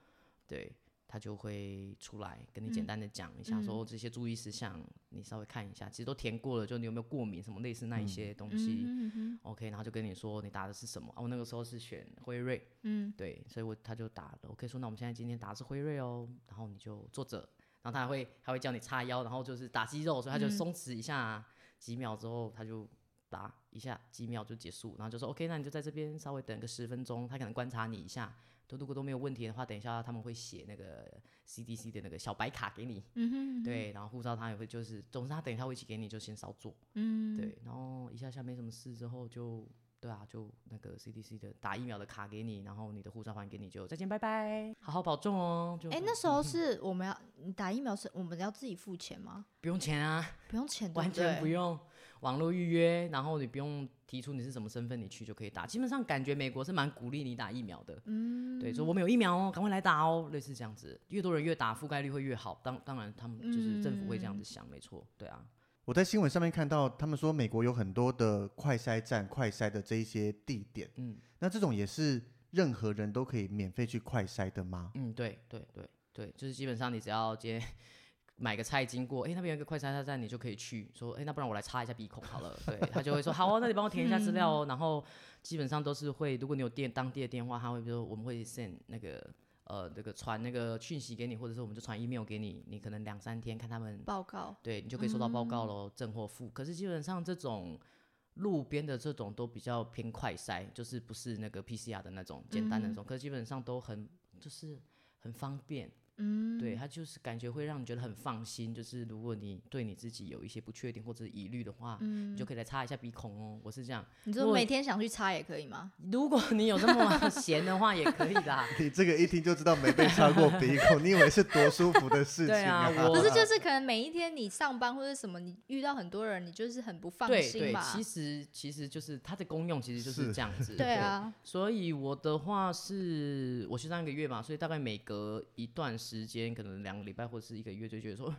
对。他就会出来跟你简
嗯
单的讲一下，说
嗯
哦这些注意事项，你稍微看一下，其实都填过了，就你有没有过敏什么类似那一
嗯
些东西。
嗯哼
OK，然后就跟你说你打的是什么啊？我那个时候是选辉瑞，
嗯
对，所以我他就打了。我可以说，那我们现在今天打的是辉瑞哦，然后你就坐着，然后他还会还会叫你叉腰，然后就是打肌肉，所以他就
嗯
松弛一下、几秒之后他就打一下，几秒就结束，然后就说 OK，那你就在这边稍微等个十分钟，他可能观察你一下，都如果都没有问题的话，等一下他们会写那个 CDC 的那个小白卡给你，
嗯哼，
对，然后护照他也会就是，总之他等一下会一起给你，就先少做，
嗯
对，然后一下下没什么事之后就，对啊，就那个 CDC 的打疫苗的卡给你，然后你的护照还给你就，再见，拜拜，好好保重哦。就
哎，那时候是我们要你打疫苗是我们要自己付钱吗？
不用钱啊，
不用钱，对
完全不
对。
用网络预约，然后你不用提出你是什么身份，你去就可以打。基本上感觉美国是蛮鼓励你打疫苗的，
嗯，
对，说我们有疫苗哦，赶快来打哦，类似这样子，越多人越打，覆盖率会越好。当当然，他们就是
嗯
政府会这样子想，没错，对啊，
我在新闻上面看到，他们说美国有很多的快筛站、快筛的这一些地点，
嗯
那这种也是任何人都可以免费去快筛的吗？
嗯，对对对对，就是基本上你只要今天 (laughs) 买个菜经过，哎、那边有一个快餐车站，你就可以去说，哎、那不然我来擦一下鼻孔好了。对，他就会说，好哦，那你帮我填一下资料 (laughs) 哦。然后基本上都是会，如果你有电当地的电话，他会比如说我们会 send 那个呃那个传那个讯息给你，或者是我们就传 email 给你，你可能两三天看他们
报告，
对你就可以收到报
嗯
告喽，正或负。可是基本上这种路边的这种都比较偏快筛，就是
嗯
不是那个 PCR 的那种简单的那种，可是基本上都很就是很方便，
嗯，
对，它就是感觉会让你觉得很放心。就是如果你对你自己有一些不确定或者疑虑的话，
嗯
你就可以来擦一下鼻孔哦。我是这样，
你
如
说
果
每天想去擦也可以吗？
如果你有
(laughs)
那么闲的话，也可以啦。
你这个一听就知道没被插过鼻孔，你以为是多舒服的事情哦
对啊我
不是，就是可能每一天你上班或者什么，你遇到很多人，你就是很不放
对
心
对，
嘛。
其实其实就是它的功用，其实就是是这样子。
对啊，
所以我的话是，我去上一个月嘛，所以大概每隔一段时间，可能两个礼拜或是一个月，就觉得说，哦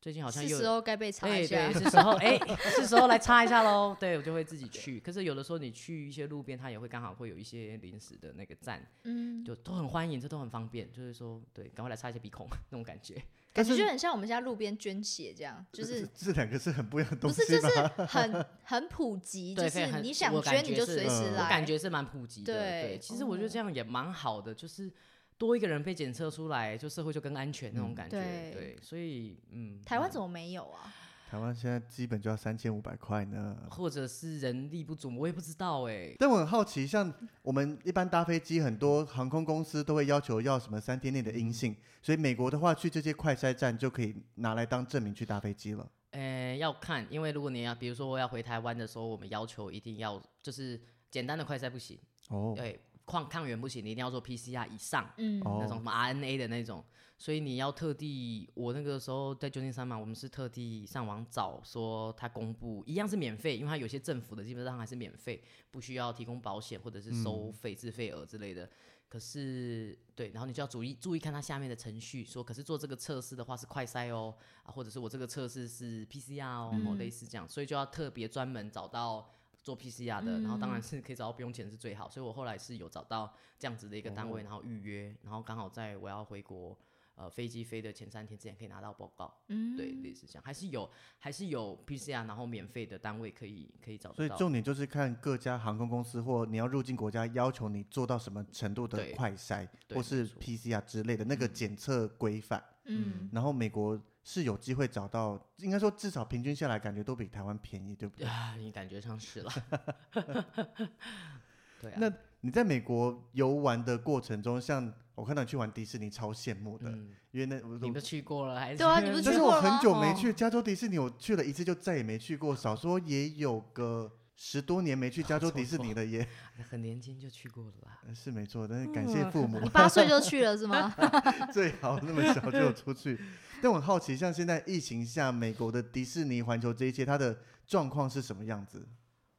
最近好像
是
又
时候该被擦一
对
下
对，。 (laughs) 是时候
(laughs)
哎、是时候来擦一下喽。对我就会自己去，可是有的时候你去一些路边，它也会刚好会有一些临时的那个站，
嗯，
就都很欢迎，这都很方便。就是说，对，赶快来擦一下鼻孔 (laughs) 那种
(laughs)
感觉。
感
但
觉
是
就很像我们现在路边捐血这样，就是
这这两个是很不一样的东
不
西吧
是？就是很很普及，就
(laughs) 对，非
是
常
你想
我感
捐你
觉
就是随时
嗯
来。
我感觉是蛮普及的。
对哦
对，其实我觉得这样也蛮好的，就是多一个人被检测出来，就社会就更安全那种感觉。
嗯对
对，所以嗯，
台湾
蛮
怎么没有啊？
台湾现在基本就要三千五百块呢。
或者是人力不足，我也不知道哎、
但我很好奇，像我们一般搭飞机，很多航空公司都会要求要什么三天内的阴性，所以美国的话，去这些快筛站就可以拿来当证明去搭飞机了。
呃，要看，因为如果你要，比如说我要回台湾的时候，我们要求一定要就是简单的快筛不行，
哦，
对，抗抗原不行，你一定要做 PCR 以上、
嗯，
哦
那种什么 RNA 的那种，所以你要特地，我那个时候在旧金山嘛，我们是特地上网找说它公布一样是免费，因为它有些政府的基本上还是免费，不需要提供保险或者是收费自费额之类的。可是，对，然后你就要注意注意看它下面的程序，说可是做这个测试的话是快筛哦，啊，或者是我这个测试是 PCR 哦，哦类似这样，所以就要特别专门找到做 PCR 的，然后当然是可以找到不用钱是最好，所以我后来是有找到这样子的一个
哦
单位，然后预约，然后刚好在我要回国。呃，飞机飞的前三天之前可以拿到报告，嗯，对，类似这样，还是有还是有 PCR，然后免费的单位可以可以找
所
得
以
到。
重点就是看各家航空公司或你要入境国家要求你做到什么程度的
对
快筛
对
或是
没错
PCR 之类的那个检测规范。
嗯，
然后美国是有机会找到，应该说至少平均下来感觉都比台湾便宜，对不对？
啊，你感觉上是
(laughs)
了。 (laughs) 对啊，
那你在美国游玩的过程中，像我看到你去玩迪士尼，超羡慕的，
嗯，
因为那我
你都去过了还是？
对啊你不是
但
去
是
过
我
了吗哦
很久没去加州迪士尼，我去了一次就再也没去过，少说也有个十多年没去加州迪士尼了，也
很年轻就去过了吧？
(laughs) 是没错。但是感谢父母，
你八岁就去了是吗？
(laughs) 最好那么小就有出去。但我很好奇，像现在疫情下，美国的迪士尼、环球这一切，它的状况是什么样子？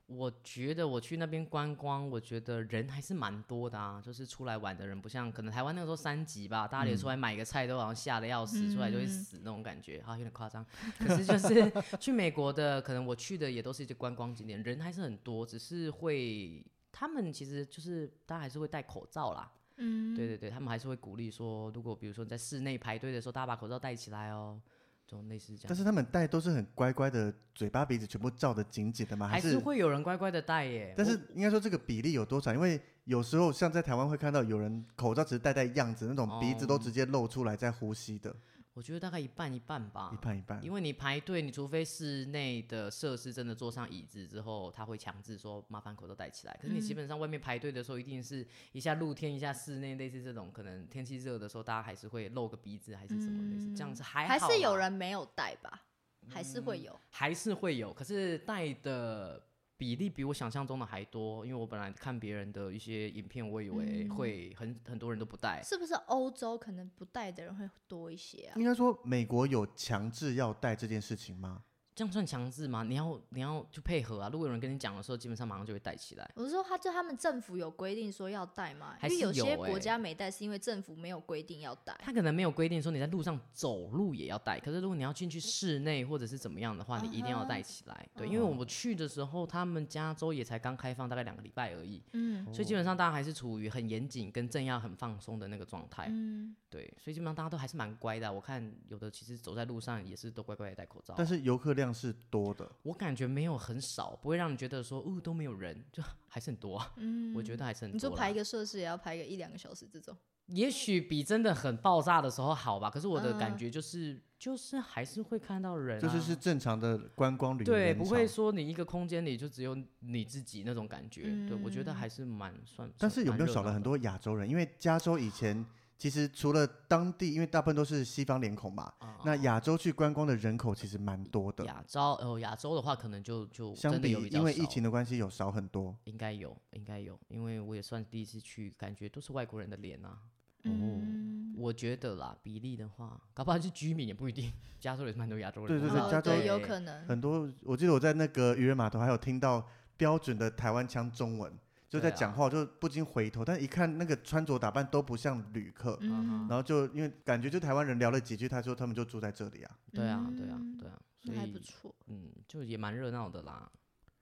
我觉得我去那边观光，我觉得人还是蛮多的啊，就是出来玩的人，不像可能台湾那个时候三级吧，大家连出来买个菜都好像吓得要死，出来就会死那种感觉，啊，有点夸
(laughs)
张。可是就是去美国的，可能我去的也都是一些观光景点，人还是很多，只是会他们其实就是大家还是会戴口罩啦，
嗯，(laughs)
(laughs) 对对对，他们还是会鼓励说，如果比如说你在室内排队的时候，大家把口罩戴起来哦，这种类似这样。
但是他们戴都是很乖乖的，嘴巴鼻子全部罩得紧紧的吗？
还
是
是会有人乖乖的戴耶。
但
我
是应该说这个比例有多少？因为有时候像在台湾会看到有人口罩只是戴戴样子，那种鼻子都
哦
直接露出来在呼吸的，
我觉得大概一半一半吧，
一半一
嗯
半。
啊因为你排队，你除非室内的设施真的坐上椅子之后，他会强制说麻烦口罩戴起来。可是
嗯
你基本上外面排队的时候，一定是一下露天，一下室内，类似这种，可能天气热的时候，大家还是会露个鼻子还是什么类似，这样子还
还
好
是有
啦嗯
人没有带吧？还是会有。
还是会有，可是戴的比例比我想象中的还多。因为我本来看别人的一些影片，我以为
嗯
会很、很多人都不戴。
是不是欧洲可能不带的人会多一些啊？
应该说美国有强制要戴这件事情吗？
这样算强制吗？你要你要去配合啊！如果有人跟你讲的时候，基本上马上就会戴起来。
我是说，他就他们政府有规定说要带嘛，因
还
为
是
有些
有欸
国家没带是因为政府没有规定要带。
他可能没有规定说你在路上走路也要戴，可是如果你要进去
嗯
室内或者是怎么样的话，你一定
啊
要戴起来。对，因为我去的时候，他们加州也才刚开放大概两个礼拜而已，
嗯
所以基本上大家还是处于很严谨跟正要很放松的那个状态。
嗯，
对，所以基本上大家都还是蛮乖的啊、我看有的其实走在路上也是都乖乖的戴口罩啊。
但是游客量是多的，
我感觉没有很少，不会让你觉得说哦都没有人，就还是很多、啊。嗯，我觉得还是很
你说
多啦。
排一个设施也要排个一两个小时这种。
也许比真的很爆炸的时候好吧，可是我
嗯
的感觉就是、就是还是会看到人、啊，
就是是正常的观光旅游
对，
人
不
潮
会说你一个空间里就只有你自
嗯
己那种感觉。对我觉得还是蛮算，
但
算
是有
蛮
没有
热
少了
闹
很
的？
多亚洲人？因为加州以前其实除了当地，因为大部分都是西方脸孔嘛，
啊
那亚洲去观光的人口其实蛮多的，
亚洲哦，亚洲的话可能就就
相
真的
比
有比较
因为疫
少
情的关系有少很多。
应该有，应该有，因为我也算第一次去，感觉都是外国人的脸啊。
嗯，
我觉得啦，比例的话，搞不好是居民也不一定，加州也是蛮多亚洲人
对
的。
对对
哦
加州
对有可
嗯
能，
很多，我记得我在那个渔人码头还有听到标准的台湾腔中文，就在
对啊
讲话，就不禁回头，但一看那个穿着打扮都不像旅客，
嗯，
然后就因为感觉就台湾人聊了几句，他说他们就住在这里啊，
对啊，对啊，
嗯
对啊，所
那还不
以
错。
嗯，就也蛮热闹的啦。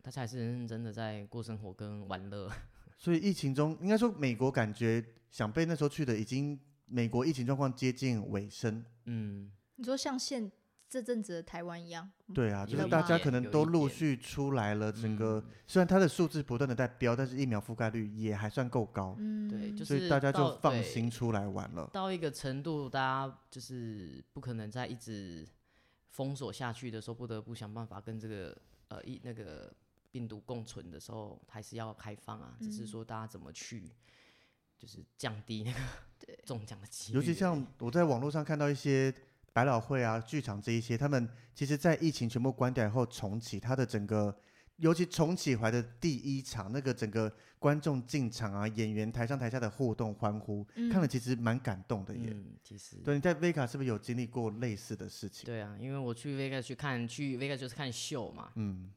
大家还是认真的在过生活跟玩乐。
所以疫情中应该说美国感觉想被那时候去的已经美国疫情状况接近尾声，
嗯，
你说像现这阵子的台湾一样，
对啊，
有
就是
一
大家
点
可能
有
都
一
陆
点
续出来了，整个
嗯
虽然它的数字不断的在飙，但是疫苗覆盖率也还算够高，
嗯，
哦对，就
所
是
以大家
到
就放
对
心出来玩了。
到一个程度，大家就是不可能再一直封锁下去的时候，不得不想办法跟这个呃一那个病毒共存的时候，还是要开放啊。只是
嗯
说大家怎么去，就是降低那个中奖的几率
尤
而已。
其像我在网络上看到一些百老汇啊、剧场这一些，他们其实在疫情全部关掉以后重启，它的整个，尤其重启回来的第一场，那个整个观众进场啊、演员台上台下的互动欢呼，
嗯
看了其实蛮感动的耶。
嗯，其实
对，你在 Vega 是不是有经历过类似的事情？
对啊，因为我去 Vegas 去看去 Vegas 就是看秀嘛，
嗯，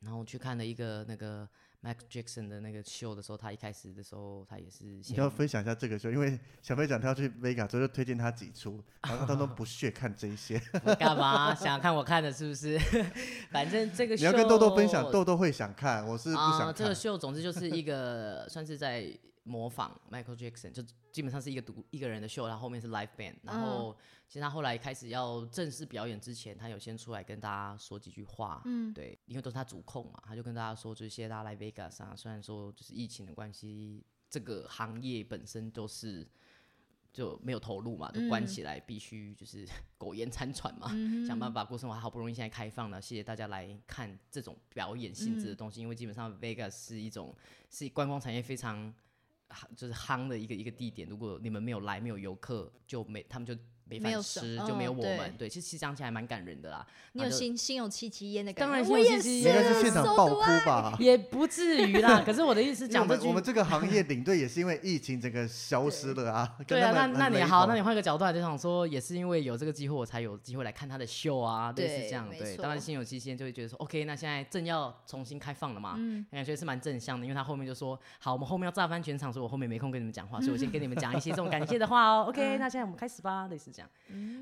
然后去看了一个那个 Mac Jackson 的那个秀的时候，他一开始的时候他也是
你
先
要分享一下这个时候，因为小飞讲他要去 Vega 之后，就推荐他几出，然后他都不屑看这一些。
我干嘛想看我看的是不是？ (laughs) 反正 (laughs) 这个
你
秀
要跟豆豆分享，豆豆会想看，我是不
啊、
想
这
看
个。秀总之就是一个算是在模仿 Michael Jackson，就基本上是一个独一个人的秀，然后后面是 live band，然后、其实他后来开始要正式表演之前，他有先出来跟大家说几句话，
嗯
对，因为都是他主控嘛，他就跟大家说，就是谢谢大家来 Vegas 啊，虽然说就是疫情的关系，这个行业本身就是就没有投入嘛，就关
嗯
起来，必须就是 (laughs) 苟延残喘嘛，
嗯
想办法过生活。好不容易现在开放了，谢谢大家来看这种表演
嗯
性质的东西，因为基本上 Vegas 是一种是观光产业非常哈就是夯的一个一个地点。如果你们没有来，没有游客，就没他们就没
没有
饭
什
吃，
么
就没有
嗯
我
对
们。对，其实讲起来蛮感人的啦。
你
然
有
啊后就
心心有戚戚焉的感
当
觉，
然
我
有
也
戚戚
是，
你
焉
应该是现
so
场
do
爆哭
I
吧？
也不至于
(laughs)
啦。可是我的意思
啊因为我
讲这
们
句
我们这个行业领队也是因为疫情整个消失了啊。
对
(laughs)
啊，
跟
那
他们
那
很
你
雷
好，
同
那你换个角度啊来就想说，哦也是因为有这个机会，我才有机会来看他的秀啊，类似
对
这样。
没
对，
错
当然心有戚戚焉，就会觉得说，OK，那现在正要重新开放了嘛，
嗯
哎感觉是蛮正向的，因为他后面就说，好，我们后面要炸翻全场，所以我后面没空跟你们讲话，所以我先跟你们讲一些这种感谢的话
(laughs)
哦。OK，那现在
嗯
我们开始吧，类似这样。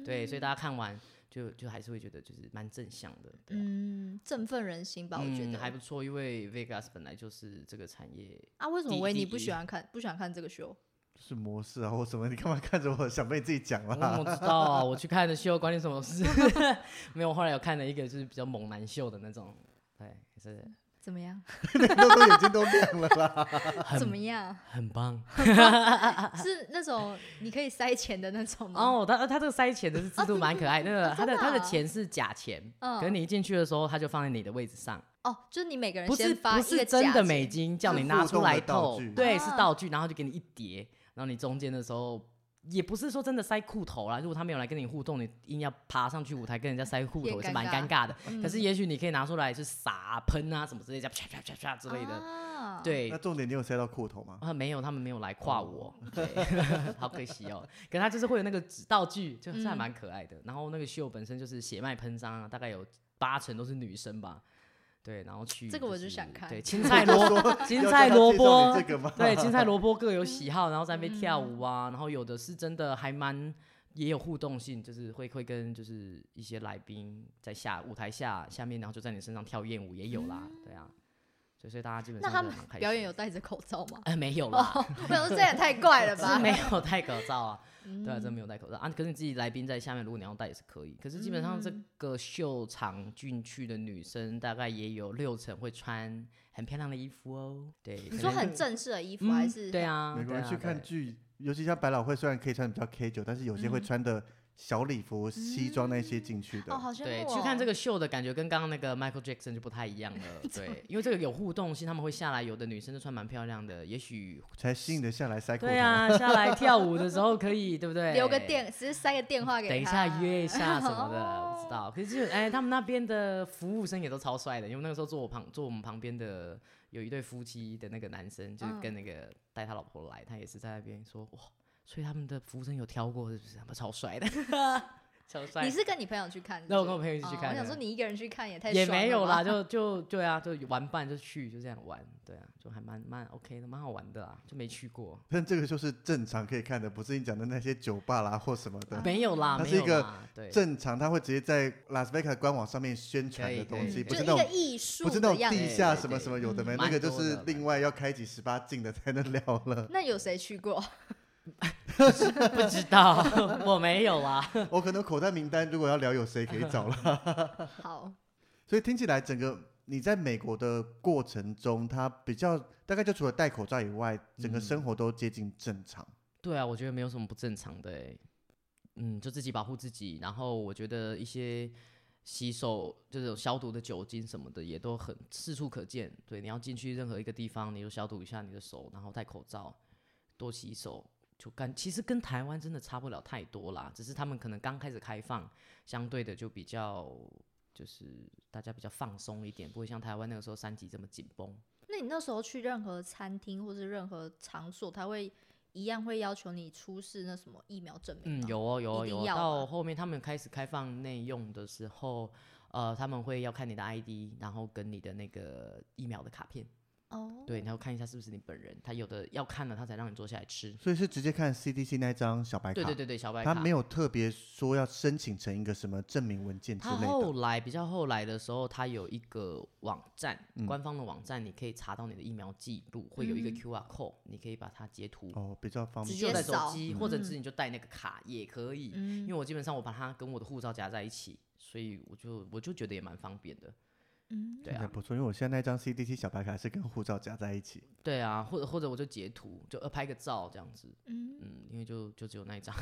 对，所以大家看完就就还是会觉得就是蛮正向的。对啊
嗯，振奋人心吧，我觉
嗯
得
还不错，因为 Vegas 本来就是这个产业
啊。为什么
第一
维尼
第
不
一
喜欢看不喜欢看这个秀？
是模式啊，或什么？你干嘛看着我？想被你自己讲 (laughs)
我
(laughs)
怎
啦。
么知道啊？我去看的秀，关你什么事？ (laughs) 没有，我后来有看了一个就是比较猛男秀的那种，对，也是
怎么样？
豆豆眼睛都亮了啦。
怎
很啊
么样？
很棒。
嗯是那种你可以塞钱的那种吗？
哦，他他这个塞钱的是制度蛮可爱，
(laughs)
那个
啊
他的
真的
他的
啊
钱是假钱，
嗯
可是你一进去的时候，他就放在你的位置上，
哦，就是你每个人
不是
先发
不
一个
是真
假
的美
钱
金，叫
是
你
互
拿出
动的
来
道
透
具，
对，是
啊
道具，然后就给你一叠，然后你中间的时候。也不是说真的塞裤头啦，如果他没有来跟你互动，你硬要爬上去舞台跟人家塞裤
也
头也是
尴
蛮
尬嗯
尴尬的。可是也许你可以拿出来去撒喷啊什么之类的，啪啪啪啪之类的。
啊，
对
那，重点，你有塞到裤头吗？
啊没有，他们没有来跨
哦
我，对 (laughs) 好可惜哦。可是他就是会有那个纸道具，就是还蛮
嗯
可爱的。然后那个秀本身就是血脉喷张啊，大概有八成都是女生吧。对，然后去
这个我
就
就是想看
对青菜
我
(laughs)
萝
就说
(laughs)
(laughs)
青
要
菜
叫他
萝
介绍你
卜
这个吗？
对，青菜萝卜各
嗯
有喜好，然后在那边跳舞啊，然后有的是真的还蛮也有互动性，就是会会跟就是一些来宾在下舞台下下面，然后就在你身上跳艳舞也有啦，对啊，所以所以大家基本
嗯那
上
他
都
们
很开
表演
心
有戴着口罩
(laughs)
吗？
呃没有啦，
我想说这也太怪了
(laughs)
吧嗯
是？没有戴口罩啊，对啊，真没有戴口罩啊。可是你自己来宾在下面，如果你要戴也是可以。可是基本上这个秀场进去的女生，大概也有六成会穿很漂亮的衣服哦。对，
你
可
说
能
很正式的衣服
嗯
还是
对啊，
(laughs) 美国
对
人
啊
去看
对嗯
剧，尤其像百老汇，虽然可以穿得比较 K 九，但是有些会穿的小礼服、西装那些进去的。
哦，好羡慕、
对，
哦。
去看这个秀的感觉跟刚刚那个 Michael Jackson 就不太一样 (laughs) 了。对，因为这个有互动性，他们会下来，有的女生就穿蛮漂亮的，也许
才吸引得下来塞裤头。
对啊，下来跳舞的时候可 (laughs) 以，对不对？
留个，电，只是塞个电话给他。
等一下约一下什么
(laughs)
的，我不知道。可是哎，他们那边的服务生也都超帅的，因为那个时候坐我旁坐我们旁边的有一对夫妻的那个男生，就是跟那个带他老婆来，他也是在那边说哇，所以他们的服务生有挑过是不是？他们超帅
(laughs)
的，超帅。
你是跟你朋友去看是不是？
那我跟我朋友一起去
哦
看
我想
的
说你一个人去看也太
也
爽
没有
了
啦，
吧
就就对啊，就玩伴就去就这样玩，对啊，就还蛮蛮 OK 的，蛮好玩的啊，就没去过，
但这个就是正常可以看的，不是你讲的那些酒吧啦或什么的。
没有啦，
它
没
是一
有
个
啦对，
正常他会直接在拉斯维加官网上面宣传
可
的
以
东
可
西，
以
不
就是一
那
个
种
艺术
不是
的
那
样
种
子。
地下什么什么有的没，
对对
那
对
个就是
嗯蛮多的
另外要开启十八禁的才能聊
(laughs)
了。
那有谁去过？
不知道， (laughs) 我没有啦，
我可能口袋名单如果要聊有谁可以找了。 (laughs)
好，
所以听起来，整个你在美国的过程中，它比较大概就除了戴口罩以外，整个
嗯
生活都接近正常。
对啊，我觉得没有什么不正常的、欸，嗯，就自己保护自己，然后我觉得一些洗手这种消毒的酒精什么的也都很四处可见，对，你要进去任何一个地方，你就消毒一下你的手，然后戴口罩，多洗手。就干，其实跟台湾真的差不了太多啦，只是他们可能刚开始开放，相对的就比较就是大家比较放松一点，不会像台湾那个时候三级这么紧绷。
那你那时候去任何餐厅或是任何场所，他会一样会要求你出示那什么疫苗证明
嗯
啊
吗？，
有哦，有
一定
哦，有哦。
要
到
吧
后面他们开始开放内用的时候，呃，他们会要看你的 ID，然后跟你的那个疫苗的卡片，
哦，
对，然后看一下是不是你本人。他有的要看了，他才让你坐下来吃。
所以是直接看 CDC 那张小白卡，
对对对对，小白
它
卡。
没有特别说要申请成一个什么证明文件之
他
类的
后。来比较后来的时候，他有一个网站，
嗯
官方的网站，你可以查到你的疫苗记录，会有一个
嗯
QR code，你可以把它截图，
哦，比较方
直
便。
接
就在手
扫
机，或者
嗯
是你就带那个卡也可以。因
嗯
为我基本上我把它跟我的护照夹在一起，所以我就我就觉得也蛮方便的。
嗯，
对
还
啊，
不错，因为我现在那张 CDC 小白卡是跟护照夹在一起，
对啊，或者或者我就截图，就呃拍个照这样子，
嗯，
嗯，因为就就只有那一张，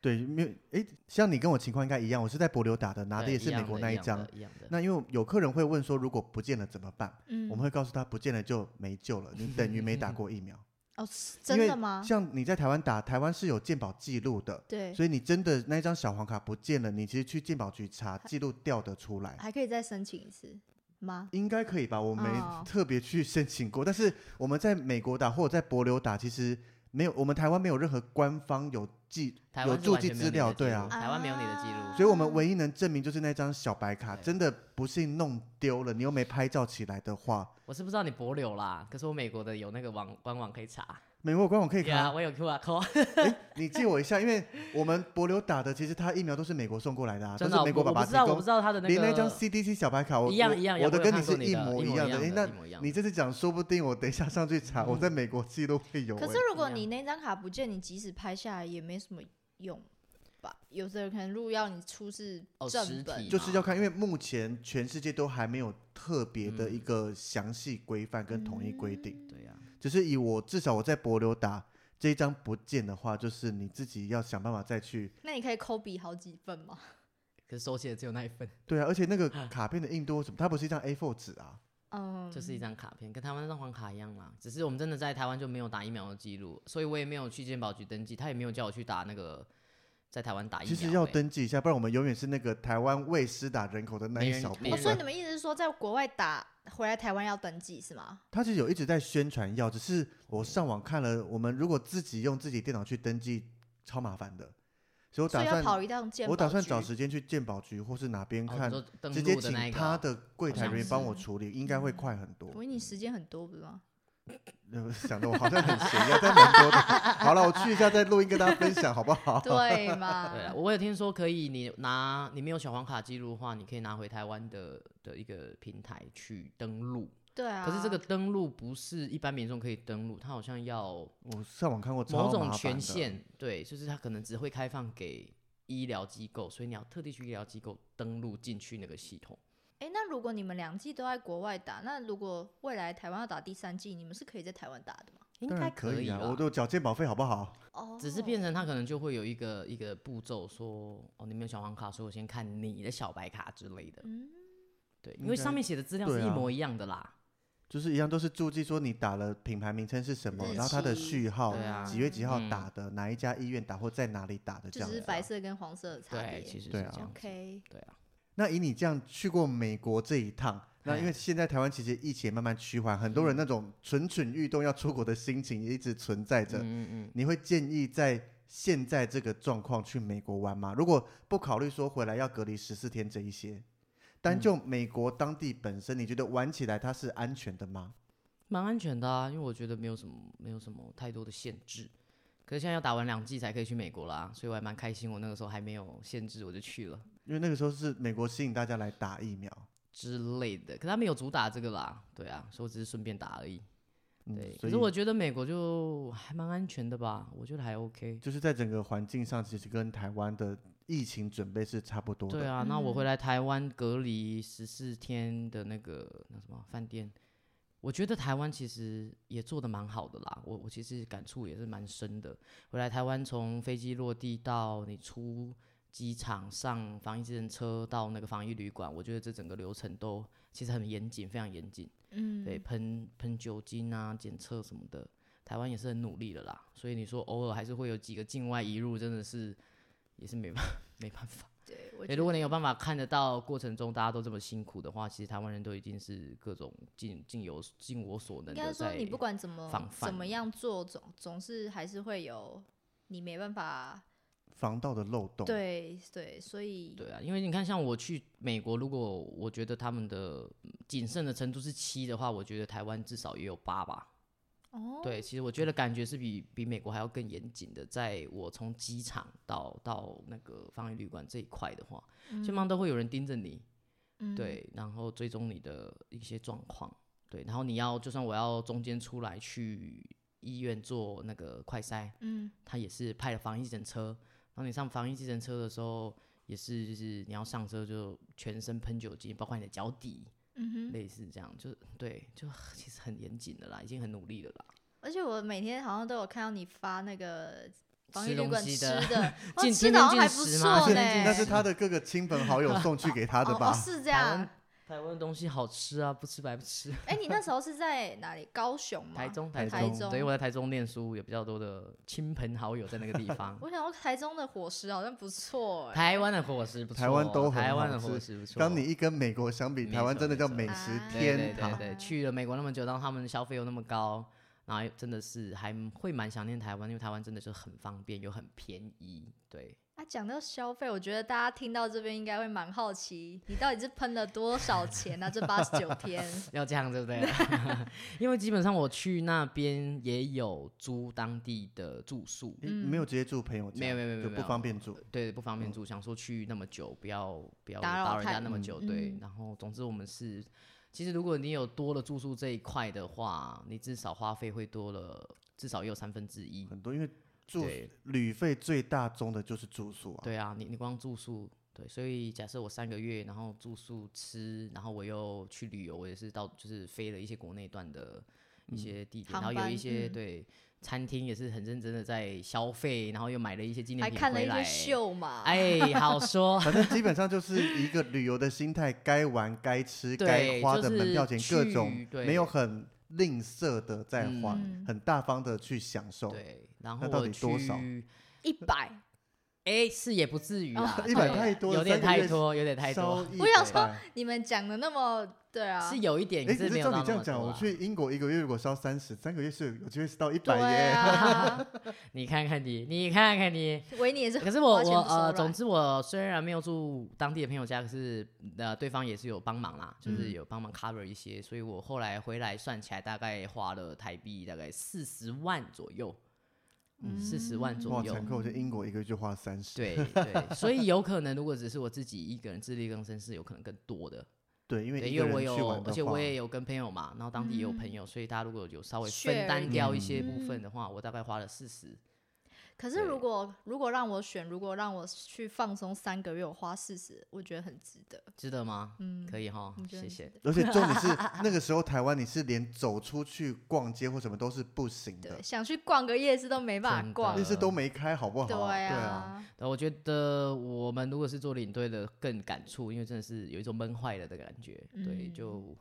对，没有，诶，像你跟我情况应该一样，我是在博流打的，拿的
对
也
一
是美
样
国
的
那
一
一
样
张
的。一样的。
那因为有客人会问说，如果不见了怎么办？
嗯
我们会告诉他，不见了就没救了，你等于没
嗯
打过疫
(laughs)
苗。
哦，是
因
真
为
的
啊
吗？
像你在台湾打，台湾是有健保记录的，
对，
所以你真的那一张小黄卡不见了，你其实去健保局
(laughs)
查记录调得出
哎
来，
还可以再申请一次吗？
应该可以吧？我没
哦
特别去 (laughs) 申请过，但是我们在美国打或者在博流打，其实没有，我们台湾没有任何官方有记
台
有
湾是
助
完
记
全没
资
你的
料
记
对
录
啊
台湾没有你的记
啊
录，
所以我们唯一能证明就是那张小白卡，
对
真的不幸弄丢了，你又没拍照起来的话，
我是不知道你博流啦，可是我美国的有那个网官网可以查，
美国官网可以
对啊，
看。
我有 QR (laughs) code，
你借我一下，因为我们博流打的，其实他疫苗都是美国送过来的、啊，
真
都
的
是
我
美国爸
我
爸
不
提
知道我
供
不。知道他的
连
个
那张 CDC 小白卡，我
一样
我
一样，
我的
有
跟
看
你
过
是
你的
模
一
样
的，
诶
一
那
模一样
你
的。
这次讲，说不定我等一下上去
嗯
查，我在美国记录会有诶。
可是如果
一
你那张卡不见，你即使拍下来也没什么用吧？有的人可能如果要你出示
哦
正
实
本，
体
就是要看，因为目前全世界都还没有特别
嗯
的一个详细规范跟统一规定，
嗯
对啊，
只是以我至少我在博流打这一张不见的话，就是你自己要想办法再去
那你可以抠笔好几份吗？
可是手写的只有那一份，
对啊，而且那个卡片的硬度什么，它不是一张 A4 纸啊，
嗯，
就是一张卡片，跟台湾那张黄卡一样啦。只是我们真的在台湾就没有打疫苗的记录，所以我也没有去健保局登记，他也没有叫我去打那个在台湾打疫
其
苗欸。
实要登记一下，不然我们永远是那个台湾未施打人口的那
没
一
人
小
没
部
哦，所
分
以
啊
你。们意思是说，在国外打回来台湾要登记是吗？
它其实有一直在宣传药，只是我上网看了，我们如果自己用自己电脑去登记，超麻烦的，所以我
所
打
以要跑
算
一趟健
我打
保
算找
局
时间去鉴宝局或是哪边
哦
看
你，说登
直接
录的那
请
一个
他
哦
的柜台人
好像嗯
员帮
是
我处理，应该会快很多。
我以你时间很多不是
(laughs)
吗？
呃想的我好像很闲一样，但蛮多的。好了，我去一下再录音跟大家分享，好不好？
对嘛？
对啊，我有听说可以，你拿你没有小黄卡记录的话，你可以拿回台湾的的一个平台去登录。
对啊。
可是这个登录不是一般民众可以登录，它好像要
我上网看过，超
某
麻
种
烦
权
的。
限，对，就是它可能只会开放给医疗机构，所以你要特地去医疗机构登录进去那个系统。
哎，那如果你们两季都在国外打，那如果未来台湾要打第三季，你们是可以在台湾打的吗？
应
当
该
然可
以
啊，
吧
我都缴健保费好不好？
哦，
只是变成他可能就会有一个一个步骤说，哦，你没有小黄卡，所以我先看你的小白卡之类的。
嗯
对，
应
因为
该
上面写的资料
对
是一
啊
模一样的啦。
就是一样都是注记说你打了品牌名称是什么，
日
然后它的
期
序号
对啊
几月几号
嗯
打的，哪一家医院打或在哪里打的这
就
样
只
子
是
啊。
白色跟黄色的差
对，
别。
其实是这
对
样
啊
子。
OK，
对啊，
那以你这样去过美国这一趟，那因为
哎
现在台湾其实疫情也慢慢趋缓，很多人那种蠢蠢欲动要出国的心情也一直存在着。
嗯嗯
你会建议在现在这个状况去美国玩吗？如果不考虑说回来要隔离十四天这一
嗯
些，单就美国当地本身，你觉得玩起来它是安全的吗？
蛮安全的啊，因为我觉得没有什么没有什么太多的限制。可是现在要打完两季才可以去美国啦，所以我还蛮开心，我那个时候还没有限制我就去了
因为那个时候是美国吸引大家来打疫苗，
之类的。可他没有主打这个啦，对啊，所以我只是顺便打而已。
嗯
对，
所
可
以
是我觉得美国就还蛮安全的吧，我觉得还 OK。
就是在整个环境上，其实跟台湾的疫情准备是差不多的。
对啊，那我回
嗯
来台湾隔离十四天的那个那什么饭店，我觉得台湾其实也做的蛮好的啦。我我其实感触也是蛮深的。回来台湾从飞机落地到你出机场上防疫自行车到那个防疫旅馆，我觉得这整个流程都其实很严谨，非常严谨。
嗯，
对，喷喷酒精啊，检测什么的，台湾也是很努力的啦。所以你说偶尔还是会有几个境外移入，真的是也是没办 (laughs) 没办法。
对，我
欸、
觉
如
得
果你有办法看得到过程中大家都这么辛苦的话，其实台湾人都已经是各种尽尽有尽我所能
应
的
该说
在。
你不管怎么
防
怎
范
么样做，总总是还是会有你没办法。
防盗的漏洞，，
对对，所以
对啊，因为你看，像我去美国，如果我觉得他们的嗯谨慎的程度是七的话，我觉得台湾至少也有八吧。
哦，
对，其实我觉得感觉是比比美国还要更严谨的，在我从机场到到那个防疫旅馆这一块的话，基本上都会有人盯着你。
嗯，
对，然后追踪你的一些状况，对，然后你要就算我要中间出来去医院做那个快筛，
嗯
他也是派了防疫检车，然后你上防疫检车的时候，也是就是你要上车就全身喷酒精，包括你的脚底，
嗯哼，
类似这样，就对，就其实很严谨的啦，已经很努力了啦。
而且我每天好像都有看到你发那个防疫
吃
旅
东
馆
西
吃
的 (laughs)
的，哦
进
吃
进
的好
进
像还不
食
错
嘛
呢
进，进
那是
食
他的各个亲朋好友送去给他的
哦
吧？
哎哦是这
台
样
湾。台湾的东西好吃啊，不吃白不吃。
哎，你那时候是在哪里？高雄吗？
台中，
台
啊台
中，
中
对，我在台中念书，有比较多的亲朋好友在那个地
(laughs)
方。
我想说台中的伙食好像不错哎、
台湾的伙食不错，
台湾都很
台湾
好
的伙
吃
食不错。
当你一跟美国相比，
没
台湾
错
真的
没
叫
错哎
美食
啊
对
天
对
堂
对。对，去了美国那么久，让他们消费又那么高，然后真的是还会蛮想念台湾，因为台湾真的是很方便又很便宜。对，
啊，讲到消费，我觉得大家听到这边应该会蛮好奇，你到底是喷了多少钱呢、啊？这八十九
(laughs)
天，
要这样对不
(laughs)
对？ (laughs) 因为基本上我去那边也有租当地的住宿，
诶
嗯
没有直接住朋友家，
没有没有没有
就
没
不
有
方便住。
对，不方便住，想说去那么久，不要不要
打扰
打扰人家
太
那么
嗯
久，对
嗯。
然后，总之我们是，其实如果你有多了住宿这一块的话，你至少花费会多了，至少也有三分之一。
很多，因为住
对
旅费最大宗的就是住宿啊。
对啊，你你光住宿，对，所以假设我三个月，然后住宿吃，然后我又去旅游，我也是到就是飞了一些国内段的一
嗯
些地点，
航
然后有一
班
些、
嗯
对餐厅也是很认真的在消费，然后又买了一些纪念
还
品
看了
回
一
来
些。秀
啊
嘛？
哎，
(laughs)
好说，
反正基本上就是一个旅游的心态，该玩、该吃、该
(laughs) 对
花
就
的门
是
票钱，各
去
种
对
没有很吝啬的在花，
嗯
很大方的去享受。
对，然
那
后
到
我
底多少
去
一百，
哎，是也不至于
(laughs)
啦，
一百
对
太多了
有点
三个月
太多，有点太
稍
多，哎
一
我想
百
说你们讲的那么对啊，
是有一点，
哎，
是
可是
没有
照
到
你这
那
样
么
讲，
多啊
我
啦。
去英国一个月如果烧三十，三个月是有机会是到一百
对
耶。 (laughs)
啊，
你看看你，你看看你。
维尼也是，
可是我
花钱
我
不手
呃，
软
总之我虽然没有住当地的朋友家，可是呃，对方也是有帮忙啦，就是
嗯
有帮忙 cover 一些，所以我后来回来算起来，大概花了台币大概四十万左右，嗯四十万
哇，
左右
乘。扣就英国一个月就花三十。
对对，所以有可能如果只是我自己一个人自力更生，是有可能更多的。
对，因为
对，
一
因
个
为
人
我
去
有
玩，的
而且
话
我也有跟朋友嘛，然后当地也有朋
嗯
友，所以大家如果有稍微
Share
分
一
担掉一些
点
部分
嗯
的话，我大概花了四十。
可是如
对
果如果让我选，如果让我去放松三个月，我花四十，我觉得很值得。
值得吗？
嗯，
可以哈
你，觉得
谢
很值
谢。
得。
而且重
(laughs)
点是那个时候台湾你是连走出去逛街或什么都是不行的
对，，想去逛个夜市都没办法
真的
逛
那。些都没开，好不好？
对
对啊，
啊，
呃，我觉得我们如果是做领队的更感触，因为真的是有一种闷坏了的感觉。对，
嗯
就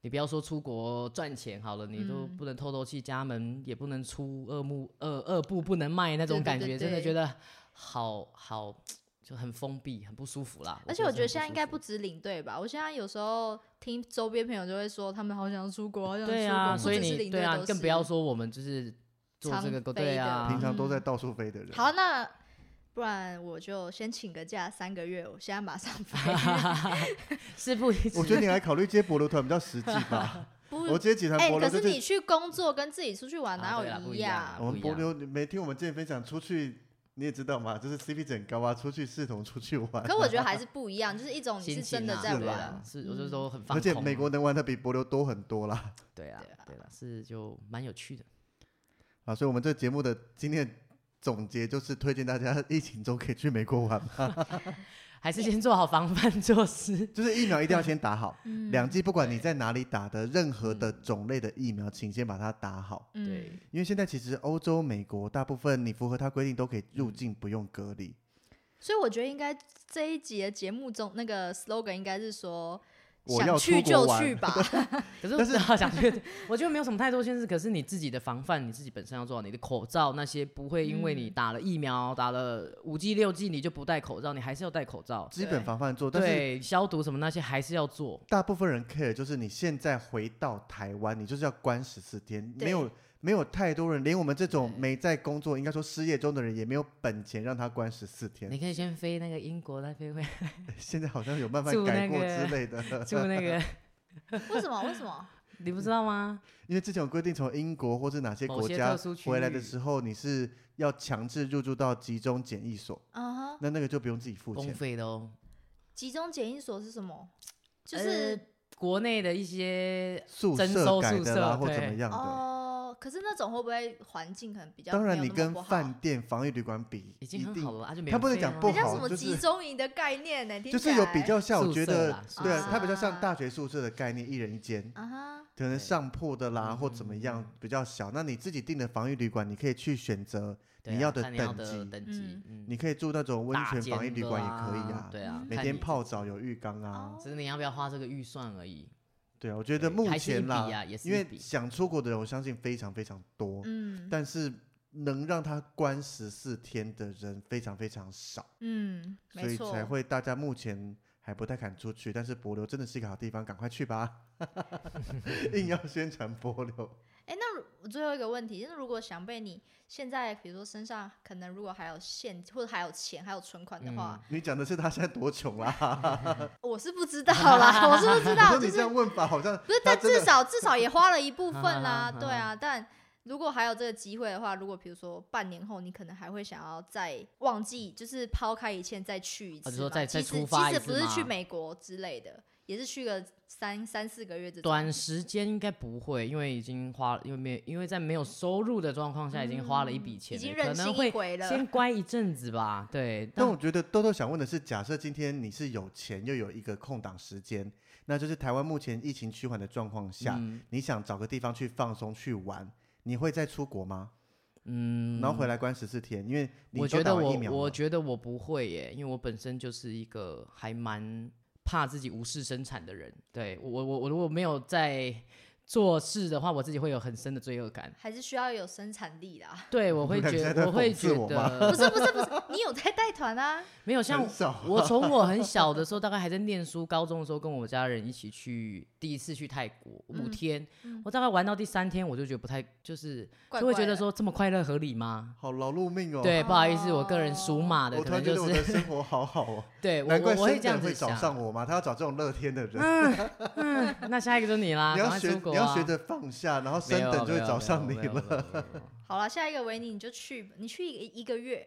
你不要说出国赚钱好了，你都
嗯
不能透透气，家门也不能出二目二二步不能迈那
对
种
对
感
对
觉，真的
对
觉得好好就很封闭，很不舒服啦。
而且我觉得
真的很
现在应
舒
该
服
不止领队吧，我现在有时候听周边朋友就会说，他们好想出国，好想出国。
对啊，
不
所以
只是
你
领
对
队
啊
都，
更不
是
要说我们就是做
常
这个
飞
对
的
啊，
平常都
嗯
在到处飞的人，
好，那不然我就先请个假三个月，我现在马
(laughs)
上飞。 (laughs)
是不一
我
致
觉得你来考虑接博流团比较实际
(laughs)
吧。
不，
我接集团
哎、
博流
可
就是
你去工作跟自己出去玩
啊
哪
对啦
有
不一样啊
样？
我们
不一
博流，
样
你没听我们之前分享出去，你也知道嘛，就是 CP 值很高啊，出去视同出去玩。啊
可我觉得还是不一样，就是一种你
心
是真
情
的
啊
在
是
玩
啦，
是，我就
嗯
都很放
而且
空
美
啊
国能玩的比博流多很多啦
对啊
对啊
对啦，是就蛮有趣的。
啊！所以我们这节目的今天的总结就是推荐大家 (laughs) 疫情中可以去美国玩嘛，
还是先做好防范措施。
就是疫苗一定要先打好，
嗯
两剂不管你在哪里打的任何的种类的疫苗，请先把它打好，
嗯，
因为现在其实欧洲、美国大部分你符合它规定都可以
嗯
入境不用隔离。
所以我觉得应该这一集的节目中那个 slogan 应该是说，
我要
想
出
去
国
就
玩
去
(laughs)
吧。
可是我 (laughs) 想去，我觉得没有什么太多限制。可是你自己的防范，你自己本身要做好，你的口罩那些不会因为你打了疫苗、打了五 G、六 G，你就不戴口罩，你还是要戴口罩。
基本
对
防范做，但是
对，消毒什么那些还是要做。
大部分人 care 就是你现在回到台湾，你就是要关十四天，没有没有太多人，连我们这种没在工作，应该说失业中的人，也没有本钱让他关十四天。
你可以先飞那个英国，再飞回来 (laughs)
现在好像有慢慢
住
改
那
过
个
之类的， (laughs)
住那个，
(laughs) 为什么？为什么？
你不知道吗？
因为之前有规定，从英国或是哪些
某
国
些
家
特殊区
回来的
域
时候，你是要强制入住到集中检疫所，
啊哈，
那那个就不用自己付
嗯公
钱。
费的哦，
集中检疫所是什么？
呃
就是、
国内的一些
宿
征
舍
收
改
宿
的啦，
舍
或怎么
对
样的，
哦，可是那种会不会环境可能比较
当
没
然
有
你
那么
跟
不好
饭店、防疫旅馆比，
已
一
经
定
很好了啊，就没
他不能讲不
很像
好
什么
就是
集中营的概念呢、听
就是
起
有
来
比较像，我
宿
觉
舍
得
啦宿
对
舍
啊，它比较像
啊
大学宿舍的概念，一人一间，
啊哈，
可能
对
上铺的啦或怎么
嗯
样比较小。那你自己订的防疫旅馆，你可以去选择，
对
你
啊
要的
看你要
等
的
级
等级，嗯
你可以住那种温
大
泉
间
防疫旅
的啊
馆也可以
啊，对啊，
每
看
天
你
泡澡有浴缸啊
哦。
只是你要不要花这个预算而已。
对啊，我觉得
对
目
还是一
前
笔
啦，
啊也是
因
一
为
笔
想出国的人，我相信非常非常多，
嗯
但是能让他关十四天的人非常非常少，
嗯，
所
没
以
错，
才会大家目前还不太敢出去。但是博流真的是一个好地方，赶快去
(laughs)
吧！硬要宣传博流，
哎、那如我最后一个问题，就是如果想被你现在，比如说身上可能如果还有现或者还有钱，还有存款的话，
你讲的是他现在多穷啦？
我是不知道
(laughs)
啦，我是不知
我
道，
说
就
你这样
是
问法好像
不是，
他
但
真的
至少至少也花了一部分啦，
(laughs) 啊
对啊，但。如果还有这个机会的话，如果比如说半年后，你可能还会想要再忘记，就是抛开一切再去一
啊
次
你
嘛。
说再
即
再
使
出
即
发一
使
次
不是去
吗
美国之类的，也是去个三三四个月这种。
短时间应该不会，因为已经花了，因为没有，因为在没有收入的状况下，已经花了一笔钱
嗯已
了，
经
可
任
能
性一
会
回了。
先乖一阵子
(laughs)
吧。对，
但我觉得豆豆想问的是，假设今天你是有钱又有一个空档时间，那就是台湾目前疫情趋缓的状况下，
嗯
你想找个地方去放松去玩，你会再出国吗？
嗯，
然后回来关十四天，因为你
我
都
觉
打
得
完
我
疫苗
我
了
觉得我不会耶，因为我本身就是一个还蛮怕自己无事生产的人。对我我我如果没有在做事的话，我自己会有很深的罪恶感。
还是需要有生产力啦。 (laughs)
对，我
(laughs) 你
会
们
觉
现在在
我会
讽刺
觉
我吗 (laughs)
得
不是不是不是，你有在带团啊？
没有像
很
(laughs)
少
我从我很小的时候，大概还在念书，高中的时候，跟我家人一起去第一次去泰国五
嗯
天
嗯，
我大概玩到第三天，我就觉得不太，就是
怪
就会
怪
觉得
的
说这么快乐合理吗？
好劳碌命哦。 (laughs)
对，不好意思，我个人
哦
属马的，
我
可
突然
能
觉得
就
我
是
的生活好好哦，
对 (laughs) 我
难怪
我我会
生
这样
人
子
会找上
想。
我嘛，他要找这种乐天的人。
那下一个就是你
(laughs)
啦，
你
赶
要
快
学
出，国
你要
啊
学着放下，然后
没
升
有
等就会
没有
找
没
上
有
你
没有
了。
没有没有 (laughs) 没有
好了，下一个维尼你就去吧，你去一个一个月，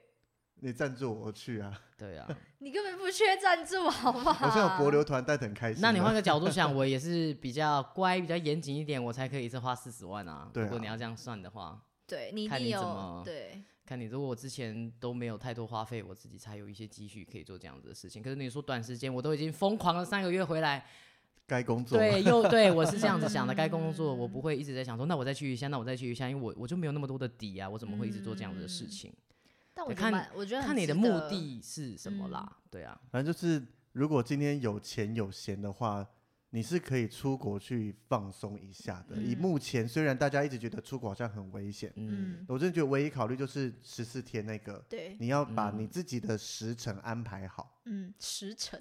你赞助我去
(laughs)
啊！
对啊，
你根本不缺赞助，好不好？
我现在有博流团带的很开心啊。
那你换个角度想，我也是比较乖、比较严谨一点，我才可以一次花四十万啊。
对
如果
啊
你要这样算的话，
对你一
看
定
你怎
有
么
对，
看你，如果我之前都没有太多花费，我自己才有一些积蓄可以做这样子的事情。可是你说短时间，我都已经疯狂了三个月回来，
该工作，
对，
(laughs)
又对我是这样子想的，该工作我不会一直在想说，那我再去一下，那我再去一下，因为我我就没有那么多的底啊，我怎么会一直做这样子的事情？
但我
对
觉得
看
蛮，我嗯觉得很
看你的
值
目
得，嗯
的是什么啦，对啊，
反正就是如果今天有钱有闲的话，你是可以出国去放松一下的。以
嗯
目前虽然大家一直觉得出国好像很危险，
嗯，
嗯，
我真的觉得唯一考虑就是十四天那个，
对，
你要把
嗯
你自己的时程安排好。
嗯，
(laughs)。
时辰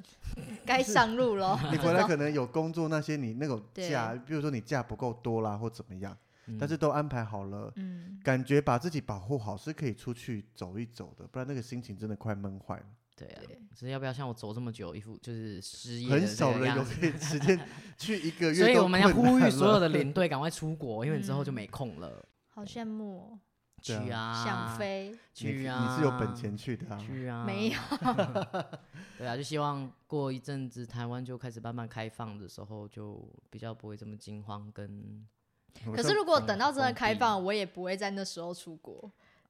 该上路喽
嗯
你回来可能有工作那些，你那种
对
假，比如说你假不够多啦或怎么样，
嗯
但是都安排好了。
嗯，
感觉把自己保护好是可以出去走一走的，不然那个心情真的快闷坏了。
对啊
对，
只是要不要像我走这么久，一副就是失业的
很
这
少
个
人
样
有
子
可以时间去一个月，
(laughs) 所以我们要呼吁所有
的。
的领队赶快出国，因为你之
嗯
后就没空了。
好羡慕
去
对啊
啊，
哦，想，飞。
去
你
啊，
你是有本钱去的啊。
去啊，
没有，
对啊，就希望过一阵子台湾就开始慢慢开放的时候，就比较不会这么惊慌跟。
我
可
说
是如果
嗯
等到真的
封
开
闭
放，我也不会在那时候出国。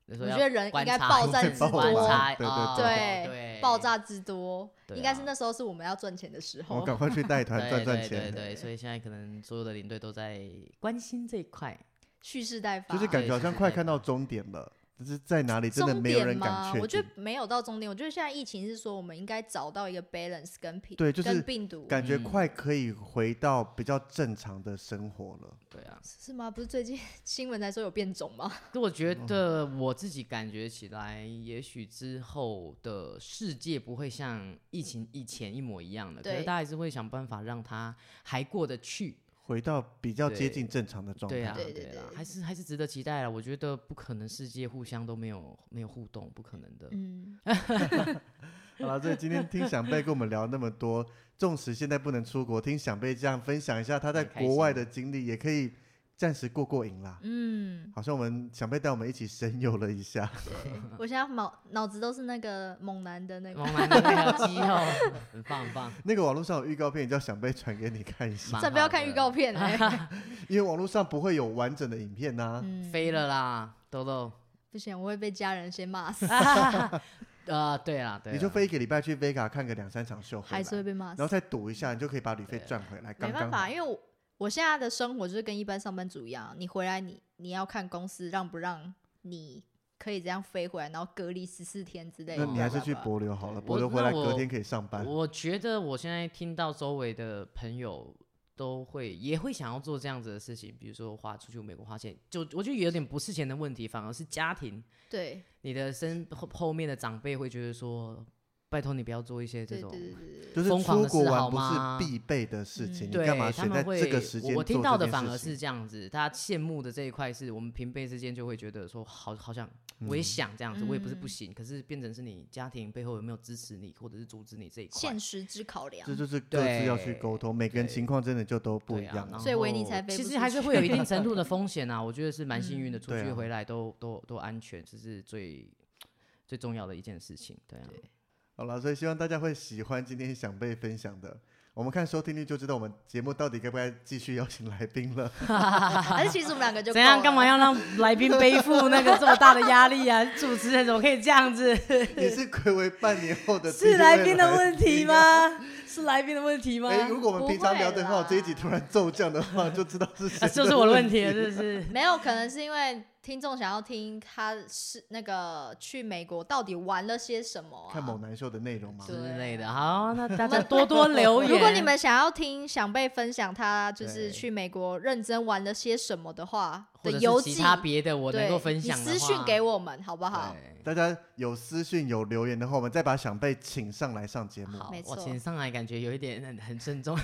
我
我觉得人应该 (laughs) 爆炸之
观
多，
察，
对
(laughs) 哦
对
对，
爆炸之多，
对
应该是
啊
那时候是我们要赚钱的时
我
候。
赶快去带团
对
赚赚
对对
钱，
对，所以现在可能所有的领队都在关心这一块。
蓄势待发，
就是感觉好像
对
快看到终点了，只是在哪里真的
终
没有
点
人
吗
敢？确
我觉
定
得。没有到终点。我觉得现在疫情是说，我们应该找到一个 balance 跟病，
对就是
跟病毒
感觉
嗯
快可以回到比较正常的生活了，
对啊，
是吗？不是最近 (laughs) 新闻才说有变种吗？
我觉
嗯
得我自己感觉起来，也许之后的世界不会像疫情以前一模一样的，可是
对
大家还是会想办法让它还过得去。
回到比较接
对
近正常的状态。
对啊，
对对
啦
对
还是还是值得期待啊！我觉得不可能世界互相都没有没有互动，不可能的。 (laughs)
嗯，
好了，所以今天听想贝跟我们聊那么多，纵使现在不能出国，听想贝这样分享一下他在
很开心
国外的经历，也可以暂时过过瘾啦。 (laughs)
嗯，
好像我们想贝带我们一起神游了一下。
对，我现在脑脑子都是那个猛男的那个，
猛男的那个肌肉 (laughs) 很棒很棒，
那个网络上有预告片，叫想被传给你看一下，
蛮
这不要
好
看
的
预告片哎、
因为网络上不会有完整的影片呐、
嗯，
(laughs) 飞了啦，豆豆。
不行，我会被家人先骂死，嗯
呃，对啦，对啦，
你就飞一个礼拜去 Vega 看个两三场秀回
还
来，
是会被骂
啊
然
死
后，再赌一下，你就可以把旅费
对
赚回来。
没
刚
办
刚
法，
好
因为我我现在的生活就是跟一般上班族一样，你回来你你要看公司让不让你可以这样飞回来，然后隔离十四天
哎
之类的。
那你还是去
博
博流好了，
我
博流回来
那我
隔天可以上班。
我觉得我现在听到周围的朋友都会也会想要做这样子的事情，比如说花出去美国花钱，就我觉得有点不是钱的问题，反而是家庭，
对
你的身后后面的长辈会觉得说，拜托你不要做一些这
对
种
对。对对对，
就是
疯狂
出
的
国
事
玩
好
不
吗
是必备的事情，
嗯
你
对，
干嘛
他
选
们
在
会
这个时间
我我听
做
到
这
的
件
反
事
而
情
是这样子，大家羡慕的这一块是我们平辈之间就会觉得说，好好像
嗯
我也想这样子，我也不是不
嗯
行，可是变成是你家庭背后有没有支持你，或者是阻止你这一块
现。实之考量 (laughs)
这。就是各自要去沟通，每个人
对
情况真的就都不
对
一样
啊，然。
所以维尼
后
才飞
其
不
实
出
还是
去
会有
(laughs)
一定程度的风险啊，我觉得是蛮幸运的，出
对
去
啊
回来都都都安全，这是最最重要的一件事情。对啊，
好了，所以希望大家会喜欢今天想被分享的。我们看收听率就知道我们节目到底该不该继续邀请来宾
(laughs)
了。
还是其实我们两个就
怎样？
够
干嘛
了？
要让来宾背负那个这么大的压力啊？ (laughs) 主持人怎么可以这样子？
也是暌违半年后的
是来宾的问
问
题？吗？是来宾的问题吗？
哎，如果我们平常聊得很好，
不会啦
这一集突然骤降的话，就知道是谁、
(laughs) 啊就是我的问。题了，是
(laughs)
不
啊
是？
没有，可能是因为听众想要听他是那个去美国到底玩了些什么、啊。
看猛男秀的内容吗？
对
之类的。好，那大家多多留
(laughs)
言。
如果你们想要听想被分享他就是
对
去美国认真玩了些什么的话
或
的
者
游
是
记
其，他别的，我
对
能够分享
你
的
私讯给
我
我们好不好？
大家有私讯有留言的话，我们再把想被请上来上节目。
好
没，
我
错
请上来感觉有一点很很
(laughs)
慎重，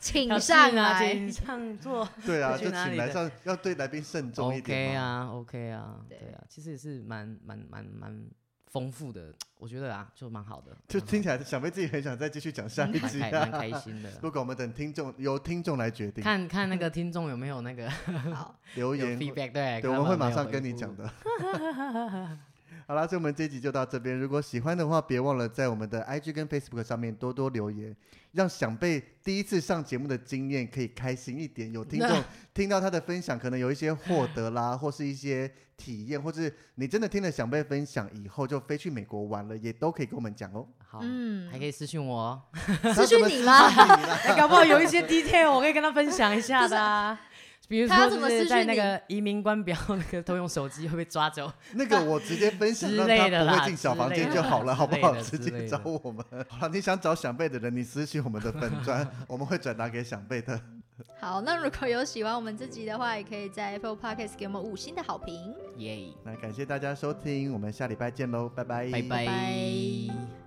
请
要
上
请啊
来
请。
(laughs)
你唱作
对啊，
去
就
哪
请
里
来
的
上，要对来宾慎重一
OK
点嘛。
啊，OK 啊，
对
对啊，其实也是蛮蛮蛮蛮丰富的，我觉得啊，就蛮好的，
就
蛮好
听起来想被自己很想再继续讲下一
蛮
集
开蛮
啊。。
开心的
(laughs) 不管我们等听众由听众来决定
看看那个听众有没有那个
好，
留
有
言，
feedback，对，
对，
看
我们
他
会
有没
马
有
上
回
跟你
复
讲。的。好啦，所以我们这一集就到这边。如果喜欢的话，别忘了在我们的 IG 跟 Facebook 上面多多留言，让想被第一次上节目的经验可以开心一点。有听众听到他的分享，可能有一些获得啦，或是一些体验，或是你真的听了想被分享，以后就飞去美国玩了，也都可以跟我们讲哦。
好，
嗯
还可以私信我哦。
私讯你啦
他怎么私讯你啦
(laughs)
哎搞不好有一些 detail 我可以跟他分享一下的啊。
比如
他要
说，
怎么
就
私
是
讯
在那
你
个移民官表那个偷用手机会被抓走。
(laughs) 那个我直接分享，
之
让
类的
他不
啦
会进小
之
房
类
间
的
就好了，
之
好不
类
好？
的
直
之
接
类
找
的
我们。好了，你想找想贝的人，你私信我们的粉
(laughs)
砖，我们会转达给想贝的。
好，那如果有喜欢我们这集的话，也可以在 Apple Podcast 给我们五星的好评。
耶，哎
那感谢大家收听，我们下礼拜见喽，拜拜，
拜
拜
拜。